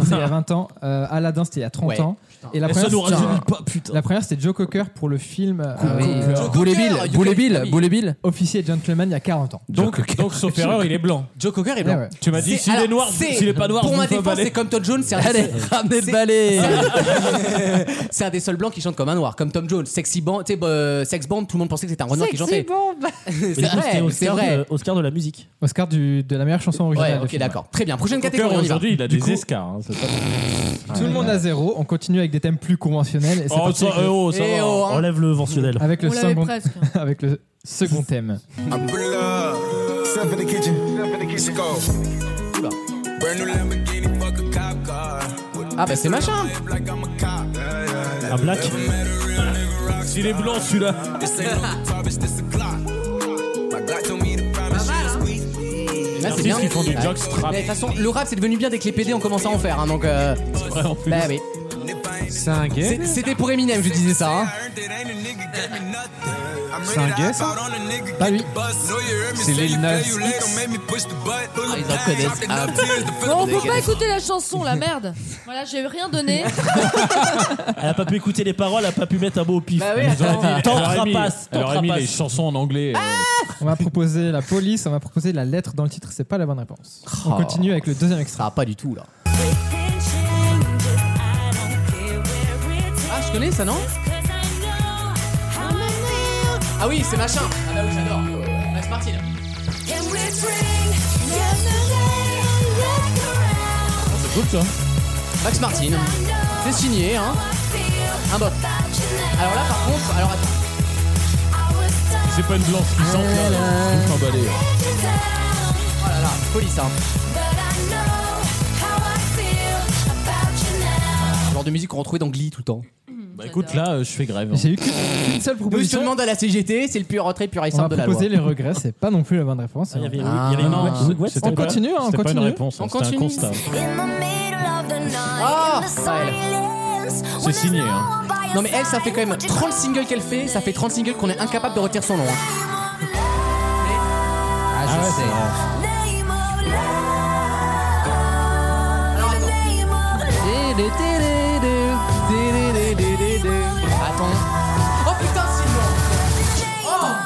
Speaker 4: C'était il y a 20 ans. Euh, Aladdin, c'était il y a 30
Speaker 3: Ouais.
Speaker 4: ans. Et la
Speaker 1: Et ça
Speaker 4: première,
Speaker 1: nous
Speaker 4: c'était-
Speaker 1: rajeunit pas, putain.
Speaker 4: la première, c'était Joe Cocker pour le film euh,
Speaker 8: Ah oui.
Speaker 3: Joe
Speaker 8: Boulet
Speaker 3: Cocker,
Speaker 8: Bill,
Speaker 3: you
Speaker 8: Boulet
Speaker 3: can
Speaker 8: Bill,
Speaker 3: tell me.
Speaker 8: Boulet Bill.
Speaker 4: Officier et Gentleman il y a 40 ans.
Speaker 1: Donc, donc, sauf erreur, il est blanc.
Speaker 3: Joe Cocker est blanc.
Speaker 4: Ah ouais.
Speaker 1: Tu m'as dit,
Speaker 3: C'est-
Speaker 1: s'il est
Speaker 3: alors,
Speaker 1: noir,
Speaker 3: c'est-
Speaker 1: s'il est pas noir,
Speaker 3: Pour
Speaker 1: je
Speaker 3: ma
Speaker 1: vous fais un
Speaker 3: défense,
Speaker 1: balai.
Speaker 3: c'est comme Tom Jones, c'est
Speaker 1: [LAUGHS]
Speaker 3: un,
Speaker 8: Allez,
Speaker 3: c'est-
Speaker 8: ramenez
Speaker 3: c'est-
Speaker 8: le balai.
Speaker 3: [LAUGHS] c'est un des seuls blancs qui chante comme un noir, comme Tom Jones. Sexy band, tu sais, euh, sex band, tout le monde pensait que c'était un renard qui chantait.
Speaker 7: Mais
Speaker 3: c'est
Speaker 7: du coup, c'était
Speaker 3: vrai, c'est
Speaker 7: Oscar
Speaker 3: vrai.
Speaker 7: de- Oscar de la musique.
Speaker 4: Oscar du- de la meilleure chanson originale.
Speaker 3: Ouais,
Speaker 4: de
Speaker 3: ok,
Speaker 4: film.
Speaker 3: d'accord. Très bien. Prochaine
Speaker 1: Joker,
Speaker 3: catégorie, on y va.
Speaker 1: aujourd'hui, il a des
Speaker 4: coup-
Speaker 1: escars. hein, c'est pas-
Speaker 4: Tout le monde à zéro. On continue avec des thèmes plus conventionnels. Et c'est
Speaker 1: Oh,
Speaker 4: parti
Speaker 1: ça,
Speaker 4: avec le-
Speaker 1: eh oh, ça
Speaker 3: Eh
Speaker 1: va.
Speaker 3: oh, hein.
Speaker 7: Enlève le ventionnel.
Speaker 4: avec le
Speaker 5: On l'avait
Speaker 4: second-
Speaker 5: presque.
Speaker 4: [LAUGHS] avec le second thème.
Speaker 11: Umbrella. Step in the kitchen. Let's go. Brand new Lamborghini, fuck a cop car.
Speaker 3: Ah bah c'est machin.
Speaker 11: Live like I'm a cop.
Speaker 7: Un black.
Speaker 1: S'il est blanc, celui-là.
Speaker 11: This ain't no guitar, bitch, this a Glock. My Glock told me to promise you a squeeze.
Speaker 3: Là, c'est
Speaker 1: Artistes
Speaker 3: bien.
Speaker 1: qui font du
Speaker 3: Ouais.
Speaker 1: jockstrap.
Speaker 3: Mais de toute façon, le rap c'est devenu bien dès que les PD ont commencé à en faire, hein, donc. euh,
Speaker 1: Vraiment plus.
Speaker 3: bah oui.
Speaker 6: C'est un gay
Speaker 3: C'est- C'était pour Eminem, je disais ça. hein.
Speaker 11: C'est un gay ça
Speaker 6: Ah,
Speaker 4: Pas lui.
Speaker 11: C'est Lil Nas X.
Speaker 3: ils en connaissent un
Speaker 5: Bon, on peut pas écouter la chanson, la merde. Voilà, j'ai rien donné.
Speaker 7: Elle a pas pu écouter les paroles, elle a pas pu mettre un mot au pif.
Speaker 3: Bah oui,
Speaker 7: Ils ont
Speaker 3: attends.
Speaker 7: dit,
Speaker 1: Elle
Speaker 7: Tant
Speaker 1: aurait mis-
Speaker 7: crapasse,
Speaker 1: elle
Speaker 7: tant
Speaker 1: aurait mis les
Speaker 7: crapasse.
Speaker 1: chansons en anglais. euh,
Speaker 4: On m'a proposé la police, on m'a proposé la lettre dans le titre, c'est pas la bonne réponse. On
Speaker 3: Oh.
Speaker 4: continue avec le deuxième extrait.
Speaker 3: Ça va pas du tout là. Ah, je connais ça, non Ah oui, c'est machin. Ah bah oui, j'adore. Max Martin.
Speaker 1: C'est cool, ça.
Speaker 3: Max Martin. C'est signé, hein. Un bot. Alors là, par contre, alors attends.
Speaker 1: C'est pas une blanche qui sent là. là. Tout emballé.
Speaker 3: Oh là là, folie ça. Ce genre de musique qu'on retrouvait dans Glee tout le temps.
Speaker 1: Bah écoute, là, euh, je fais grève. hein.
Speaker 4: J'ai eu qu'une seule
Speaker 3: Nous, je
Speaker 4: proposition.
Speaker 3: demande à la CGT, c'est le pur entrée, pur et
Speaker 4: On a
Speaker 3: simple de la loi.
Speaker 4: proposé les regrets, c'est pas non plus la bonne réponse.
Speaker 7: Il y avait, il y
Speaker 3: Ah.
Speaker 7: avait une
Speaker 1: C'était
Speaker 7: ouais,
Speaker 1: pas-
Speaker 4: On continue, hein, on
Speaker 1: C'était pas une
Speaker 4: continue.
Speaker 1: réponse, hein,
Speaker 3: On
Speaker 1: c'était un
Speaker 3: continue.
Speaker 1: constat.
Speaker 3: Ah,
Speaker 1: C'est signé, hein.
Speaker 3: Non mais elle, ça fait quand même 30 singles qu'elle fait, ça fait 30 singles qu'on est incapable de retirer son nom. hein.
Speaker 8: Ah, je sais.
Speaker 3: Attends. Oh putain, Simon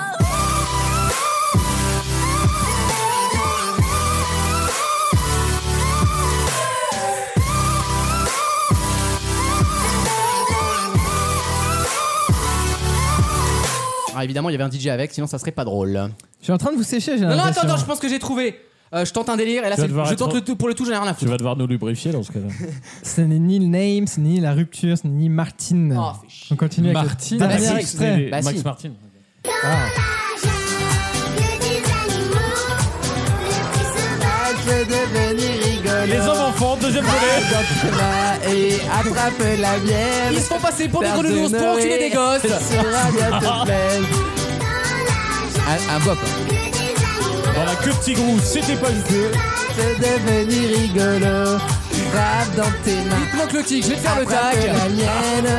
Speaker 3: Alors Ah, évidemment, il y avait un DJ avec, sinon ça serait pas drôle.
Speaker 4: Je suis en train de vous sécher, j'ai
Speaker 3: Non, non,
Speaker 4: l'impression.
Speaker 3: attends, attends, je pense que j'ai trouvé. Euh, je tente un délire et là,
Speaker 1: Tu vas
Speaker 3: c'est-
Speaker 1: devoir
Speaker 3: je
Speaker 1: être-
Speaker 3: tente le tout pour le tout, j'en ai rien à
Speaker 1: Tu
Speaker 3: foutre.
Speaker 1: vas devoir nous lubrifier dans ce cas-là.
Speaker 4: Ce n'est ni le Names, ni la rupture, ce n'est ni Martine.
Speaker 3: Oh, fais chier.
Speaker 4: on continue avec
Speaker 6: Martine.
Speaker 4: le dernier
Speaker 3: Ah, bah si,
Speaker 4: extrait.
Speaker 1: Et
Speaker 3: Bah,
Speaker 1: Max
Speaker 3: si.
Speaker 1: Martin.
Speaker 4: Ah.
Speaker 1: Les hommes enfants, deuxième volet.
Speaker 8: Et attrape la bière.
Speaker 3: Ils se font passer pour des gros nounours pour enculer des gosses.
Speaker 8: Un, un bop.
Speaker 1: Dans la queue de Tigrou, c'était pas une queue.
Speaker 8: C'est devenu rigolo. Frappe dans tes mains.
Speaker 3: Il te manque le tic, je vais te faire le
Speaker 8: Attrape
Speaker 3: tac.
Speaker 8: la mienne.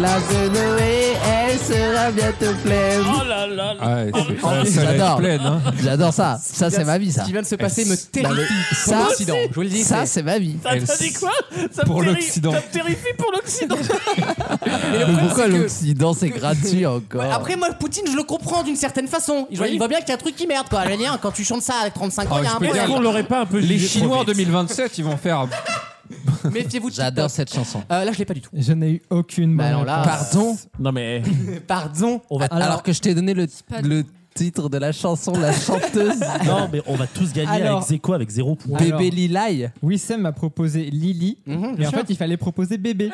Speaker 8: La de Noé, elle sera bientôt pleine.
Speaker 1: Oh là là là.
Speaker 6: Ah, ouais, c'est- ça, ça allait être
Speaker 8: j'adore.
Speaker 6: pleine, hein.
Speaker 8: J'adore ça. Ça, c'est ma vie, ça.
Speaker 3: Ce qui vient de se passer me
Speaker 8: Bah,
Speaker 3: terrifie.
Speaker 8: mais
Speaker 3: Pour
Speaker 8: Ça,
Speaker 3: l'Occident, je vous le dis.
Speaker 8: ça,
Speaker 3: c'est-
Speaker 8: c'est ma vie.
Speaker 1: T'as t'as dit quoi ça
Speaker 6: Pour
Speaker 1: me terri-
Speaker 6: l'Occident.
Speaker 1: Ça me terrifie pour l'Occident.
Speaker 3: mais le problème,
Speaker 8: Pourquoi
Speaker 3: c'est que-
Speaker 8: l'Occident, c'est [LAUGHS]
Speaker 3: que-
Speaker 8: gratuit encore
Speaker 3: Ouais, Bah, Après, moi, Poutine, je le comprends d'une certaine façon. Il,
Speaker 1: Oui.
Speaker 3: il voit bien qu'il y a un truc qui merde, quoi. Je veux dire, quand tu chantes ça à 35 ans,
Speaker 6: Ah,
Speaker 3: il y a
Speaker 6: je
Speaker 3: un
Speaker 6: peux
Speaker 1: Est-ce
Speaker 6: dire-
Speaker 1: qu'on
Speaker 3: problème.
Speaker 1: l'aurait pas un peu
Speaker 6: Les
Speaker 1: jugé trop
Speaker 6: Chinois en
Speaker 1: vite
Speaker 6: 2027, ils vont faire.
Speaker 3: Méfiez-vous de
Speaker 8: J'adore
Speaker 3: TikTok.
Speaker 8: cette chanson.
Speaker 3: Euh, là, je l'ai pas du tout.
Speaker 4: Je n'ai eu aucune
Speaker 3: Bah
Speaker 4: bonne
Speaker 3: alors là-
Speaker 4: réponse.
Speaker 8: Pardon
Speaker 1: Non mais
Speaker 3: Pardon.
Speaker 7: On va,
Speaker 8: Alors, que je t'ai donné le,
Speaker 5: pas-
Speaker 8: le titre de la chanson, la chanteuse
Speaker 7: [LAUGHS] non, mais on va tous gagner
Speaker 4: Alors-
Speaker 7: avec Zeko avec zéro point.
Speaker 4: Alors-
Speaker 8: Bébé Lilaï.
Speaker 4: Wissem m'a proposé Lily, et en fait, il fallait proposer Bébé.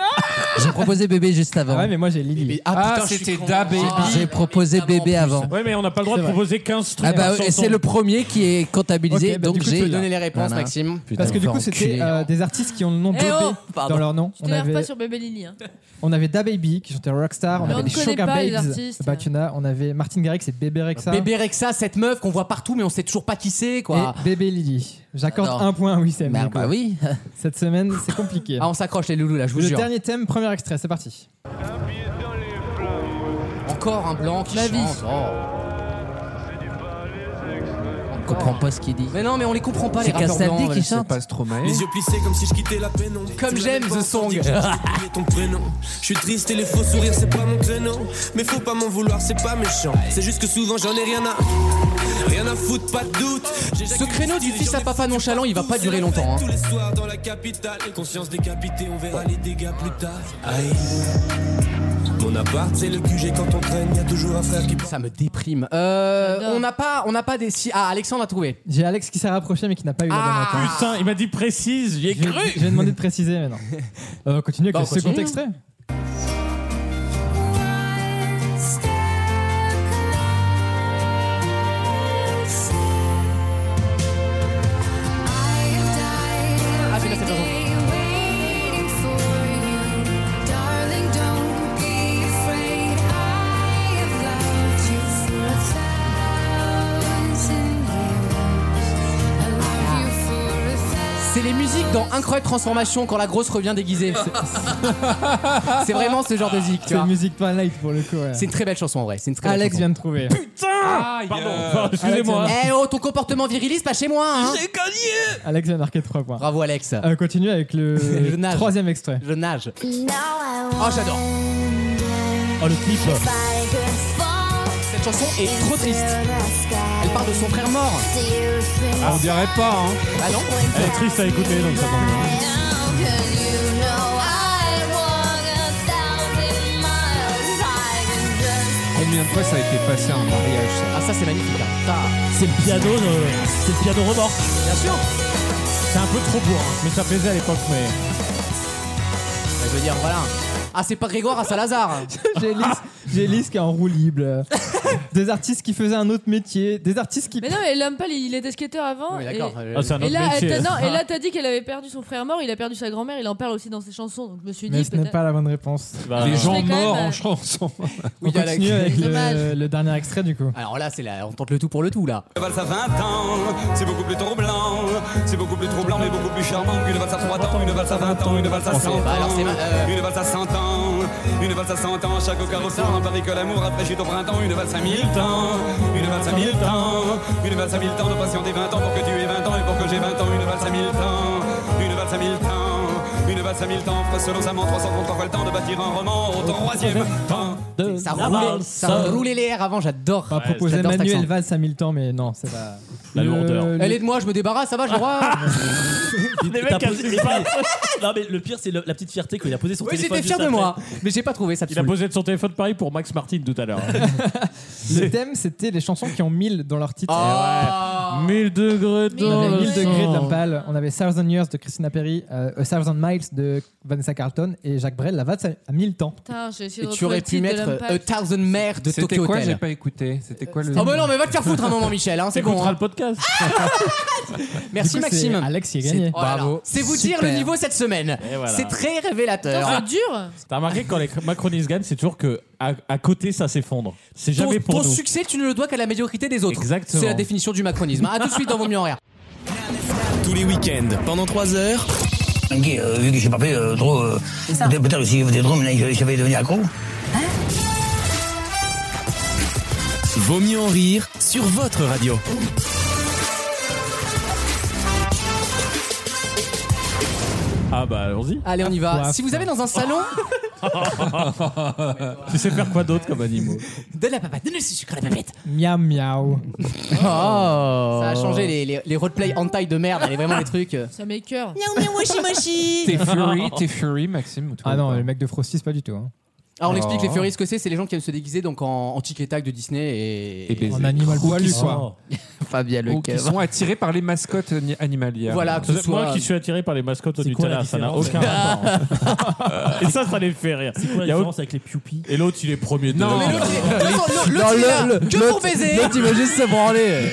Speaker 8: J'ai proposé bébé juste
Speaker 4: Ah
Speaker 8: avant.
Speaker 4: ouais, mais moi j'ai Lily.
Speaker 6: Ah,
Speaker 3: je suis
Speaker 6: c'était
Speaker 3: con.
Speaker 6: Da Baby.
Speaker 3: Ah,
Speaker 8: J'ai proposé
Speaker 3: évidemment,
Speaker 8: bébé
Speaker 3: en plus.
Speaker 8: avant.
Speaker 1: Ouais mais on n'a pas le droit de
Speaker 4: C'est vrai.
Speaker 1: proposer 15 trucs
Speaker 8: Ah bah
Speaker 1: par
Speaker 8: ouais, et
Speaker 1: chanson.
Speaker 8: c'est le premier qui est comptabilisé,
Speaker 4: Ok, bah,
Speaker 8: donc
Speaker 4: du coup,
Speaker 8: j'ai.
Speaker 4: tu peux
Speaker 3: Donner les réponses,
Speaker 8: Voilà.
Speaker 3: Maxime.
Speaker 8: Putain,
Speaker 4: Parce que du
Speaker 8: va
Speaker 4: coup, c'était
Speaker 8: enculer.
Speaker 4: euh, des artistes qui ont le nom
Speaker 5: Eh
Speaker 4: Bébé
Speaker 5: oh
Speaker 4: dans leur nom.
Speaker 5: Je
Speaker 4: On
Speaker 5: te avait... pas
Speaker 4: avait,
Speaker 5: sur Bébé Lily. Hein.
Speaker 4: on avait Da Baby qui chantait Rockstar, on
Speaker 5: Mais on
Speaker 4: avait les
Speaker 5: ne connaît
Speaker 4: Sugar
Speaker 5: pas les
Speaker 4: Babes,
Speaker 5: artistes.
Speaker 4: Bakuna, on avait Martin Garrix et Bébé Rexa.
Speaker 3: Bébé ah. Rexa, cette meuf qu'on voit partout, mais on sait toujours pas qui c'est, quoi.
Speaker 4: Et Bébé Lily. J'accorde
Speaker 8: Alors.
Speaker 4: un point à Wissem.
Speaker 8: Bah,
Speaker 4: du coup.
Speaker 8: bah oui.
Speaker 4: Cette semaine, c'est compliqué.
Speaker 3: [LAUGHS] Ah, on s'accroche, les loulous, là, je vous
Speaker 4: Le
Speaker 3: jure.
Speaker 4: dernier thème, premier extrait, c'est parti.
Speaker 3: Encore un blanc qui
Speaker 5: Ma
Speaker 3: chante.
Speaker 5: vie.
Speaker 3: Oh.
Speaker 8: On comprend pas ce qu'il dit.
Speaker 3: Mais non, mais on les comprend pas, les
Speaker 8: C'est
Speaker 3: rappeurs blancs.
Speaker 8: Castaldi
Speaker 3: voilà.
Speaker 8: qui chante.
Speaker 6: Passe trop mal.
Speaker 9: Les yeux plissés comme si je quittais la pénombre.
Speaker 3: Comme
Speaker 9: Tu l'avais
Speaker 3: j'aime
Speaker 9: pas
Speaker 3: The
Speaker 9: entendu,
Speaker 3: Song.
Speaker 9: j'ai oublié ton prénom. Je suis triste et les faux sourires, c'est pas mon créneau. Mais faut pas m'en vouloir, c'est pas méchant. C'est juste que souvent j'en ai rien à. Rien à foutre, pas de doute.
Speaker 3: Ce créneau du fils à papa nonchalant, il va pas durer longtemps. hein.
Speaker 9: Tous les soirs dans la capitale, conscience décapitée, on verra les dégâts plus tard. Aïe. Mon appart, c'est le QG quand on traîne, y a toujours un frère qui
Speaker 3: [LAUGHS] Ça me déprime. Euh,
Speaker 5: J'adore.
Speaker 3: on n'a pas, on n'a pas des. si- Ah, Alexandre a trouvé.
Speaker 4: J'ai Alex qui s'est rapproché mais qui n'a pas eu la
Speaker 3: Ah.
Speaker 4: bonne réponse.
Speaker 1: Putain, il m'a dit précise, j'y ai
Speaker 4: Je
Speaker 1: cru.
Speaker 4: vais, je vais demander de préciser
Speaker 3: [LAUGHS]
Speaker 4: maintenant. Euh, on continue avec
Speaker 3: Bah,
Speaker 4: le
Speaker 3: on continue.
Speaker 4: second extrait.
Speaker 3: Ah, c'est pas cette raison. C'est les musiques dans Incroyable Transformation quand la grosse revient
Speaker 12: [LAUGHS]
Speaker 3: déguisée. C'est- C'est vraiment ce genre de musique, tu
Speaker 4: C'est
Speaker 3: vois.
Speaker 4: Music Twilight pour le coup. ouais.
Speaker 3: C'est une très belle chanson en vrai. C'est une très belle
Speaker 4: Ah, Alex
Speaker 3: chanson.
Speaker 4: vient de trouver.
Speaker 1: Pardon, pardon, excusez-moi.
Speaker 3: Eh oh, ton comportement viriliste, pas chez moi. Hein.
Speaker 4: Alex vient de marquer 3 points.
Speaker 3: Bravo Alex.
Speaker 4: Euh, continue avec
Speaker 3: [LAUGHS] Je
Speaker 4: le
Speaker 3: nage.
Speaker 4: troisième extrait.
Speaker 3: [LAUGHS] Je nage.
Speaker 5: Ah,
Speaker 3: Oh, j'adore.
Speaker 7: Oh le clip.
Speaker 3: Cette chanson est trop triste. Elle parle de son frère mort.
Speaker 6: On dirait pas, hein.
Speaker 3: Ah non
Speaker 1: Elle est triste à écouter donc ça tombe bien.
Speaker 3: Elle
Speaker 6: combien de fois ça a été passé à un mariage ça
Speaker 3: Ah ça c'est magnifique.
Speaker 7: C'est le piano, de- c'est le piano remorque.
Speaker 3: Bien sûr.
Speaker 1: C'est un peu trop bourrin, mais ça plaisait à l'époque. Mais
Speaker 3: Je veux dire, voilà. Ah, c'est pas Grégoire à Salazar.
Speaker 4: J'ai Elise, j'ai Elise qui est en roue libre. Des artistes qui faisaient un autre métier. Des artistes qui.
Speaker 5: Mais non, mais Lampal, il était skateur avant.
Speaker 4: Oui,
Speaker 5: et...
Speaker 4: d'accord.
Speaker 3: Euh,
Speaker 1: Ah, c'est un
Speaker 5: et
Speaker 1: autre
Speaker 5: là,
Speaker 1: métier.
Speaker 5: elle t'a- non, et là, t'as dit qu'elle avait perdu son frère mort, il a perdu sa grand-mère, il en parle aussi dans ses chansons. Donc je me suis
Speaker 4: Mais
Speaker 5: dit,
Speaker 4: ce n'est
Speaker 5: peut-être.
Speaker 4: pas la bonne réponse.
Speaker 1: Bah,
Speaker 6: Les
Speaker 1: euh,
Speaker 6: gens
Speaker 5: Mais quand
Speaker 6: morts
Speaker 5: même, euh,
Speaker 6: en chanson.
Speaker 4: On continue avec le,
Speaker 5: Dommage.
Speaker 4: le dernier extrait du coup.
Speaker 3: Alors là, c'est la... on tente le tout pour le tout là.
Speaker 12: Une valse à 20 ans, c'est beaucoup plus troublant, c'est beaucoup plus troublant mais beaucoup plus charmant qu'une valse à 3 ans, une valse à 20 ans, une valse
Speaker 13: Oh,
Speaker 12: à 100 ans,
Speaker 13: euh.
Speaker 12: une valse à 100 ans, une valse à 100 ans, chaque aucun ressort, un pari que l'amour rafraîchit au printemps, une valse à 1000 temps, une valse à 1000 temps, une valse à 1000 temps, de patienter 20 ans pour que tu aies 20 ans et pour que j'ai 20 ans, une valse à 1000 temps, une valse à 1000 temps, une valse à 1000 temps, selon sa main, 333 fois le temps de bâtir un roman, au troisième temps.
Speaker 3: Ça
Speaker 7: Ah,
Speaker 12: La
Speaker 3: roulait,
Speaker 7: bah,
Speaker 12: valse.
Speaker 3: ça roulait les airs avant, j'adore.
Speaker 4: On va proposer Manuel Valls à 1000 temps, mais non, c'est pas.
Speaker 7: La lourdeur.
Speaker 3: Elle est de moi, je me débarrasse, ça va, j'ai le droit.
Speaker 7: Les mecs, et pas- Non, mais le pire, c'est le- la petite fierté qu'il a posée sur
Speaker 3: Oui,
Speaker 7: téléphone.
Speaker 3: j'étais fier
Speaker 7: juste
Speaker 3: de moi,
Speaker 7: après.
Speaker 3: mais j'ai pas trouvé ça.
Speaker 1: il a posé de son téléphone Paris pour Max Martin tout à l'heure.
Speaker 4: Le thème, c'était les chansons qui ont 1000 dans leur titre.
Speaker 1: Ah ouais. 1000 degrés
Speaker 4: On
Speaker 1: dans
Speaker 4: avait
Speaker 1: le
Speaker 4: 1000 degrés de
Speaker 1: sang.
Speaker 4: Lampal, on avait Thousand Years de Christina Perry, euh, A Thousand Miles de Vanessa Carlton et Jacques Brel, la valse à à 1000 temps.
Speaker 5: Putain, j'ai essayé
Speaker 3: Et
Speaker 5: de
Speaker 3: tu
Speaker 5: retrouver
Speaker 3: aurais
Speaker 5: le
Speaker 3: pu
Speaker 5: titre de
Speaker 3: mettre
Speaker 5: Lampal.
Speaker 3: A Thousand Mères de
Speaker 6: C'était
Speaker 3: Tokyo
Speaker 6: quoi J'ai
Speaker 3: Hotel.
Speaker 6: pas écouté. C'était quoi le.
Speaker 3: Oh bah non, mais va te faire foutre un moment, Michel, hein, c'est bon.
Speaker 1: T'écouteras
Speaker 3: hein.
Speaker 1: le podcast.
Speaker 3: Merci
Speaker 4: Du coup, c'est
Speaker 3: Maxime.
Speaker 4: Alex qui a gagné.
Speaker 3: C'est- voilà.
Speaker 8: Bravo.
Speaker 3: C'est vous dire
Speaker 8: Super.
Speaker 3: le niveau cette semaine.
Speaker 1: Et voilà.
Speaker 3: C'est très révélateur.
Speaker 5: Putain, C'est dur.
Speaker 1: T'as remarqué que quand les macronistes gagnent, c'est toujours que à, à côté ça s'effondre. C'est
Speaker 3: Ton,
Speaker 1: jamais pour
Speaker 3: ton
Speaker 1: nous.
Speaker 3: succès, tu ne le dois qu'à la médiocrité des autres.
Speaker 1: Exactement.
Speaker 3: C'est la définition du macronisme. hein. À tout de suite dans vos mieux en rire.
Speaker 9: Tous les week-ends, pendant 3 heures.
Speaker 13: euh, vu que j'ai pas fait trop. euh, Peut-être si des drôles, j'avais devenu accro.
Speaker 9: Vaut mieux en rire sur votre radio.
Speaker 1: Ah bah allons-y.
Speaker 3: Allez, on y va. Si vous avez dans un salon,
Speaker 1: Oh. tu sais faire quoi d'autre comme animaux
Speaker 3: donne la papate, donne le sucre à la papette.
Speaker 4: Miam miaou.
Speaker 1: Oh.
Speaker 3: Ça a changé les, les, les roleplays en taille de merde. Allez, vraiment les trucs. euh,
Speaker 5: Ça m'écœure.
Speaker 6: T'es Fury, t'es Fury, Maxime. ou toi
Speaker 4: Ah non,
Speaker 6: ou
Speaker 4: le mec de Frosty, c'est pas du tout. hein.
Speaker 3: Alors, on
Speaker 6: Oh.
Speaker 3: explique les Furies ce que c'est. C'est les gens qui aiment se déguiser donc en, en tic et tac de Disney et,
Speaker 6: Et baiser.
Speaker 4: En animal
Speaker 6: Ou
Speaker 4: poilu,
Speaker 6: qui
Speaker 4: quoi.
Speaker 7: Oh,
Speaker 6: sont,
Speaker 3: Fabien
Speaker 1: Oh,
Speaker 6: ou Oh, qui sont attirés par les mascottes ani- animalières.
Speaker 3: Voilà, que ce soit.
Speaker 1: Moi qui suis attiré par les mascottes au
Speaker 7: C'est quoi
Speaker 1: Nutella,
Speaker 7: la
Speaker 1: ça n'a
Speaker 7: différence
Speaker 1: aucun rapport. [LAUGHS] Et ça, ça les fait rire.
Speaker 7: C'est quoi
Speaker 1: Il y
Speaker 7: la
Speaker 1: a
Speaker 7: différence avec les Pupi
Speaker 1: Et l'autre, il est premier. de
Speaker 6: Non.
Speaker 1: la- [LAUGHS]
Speaker 3: Mais l'autre, il est- l'autre, l'autre, l'autre, il est là que pour baiser.
Speaker 8: tu veux juste se branler.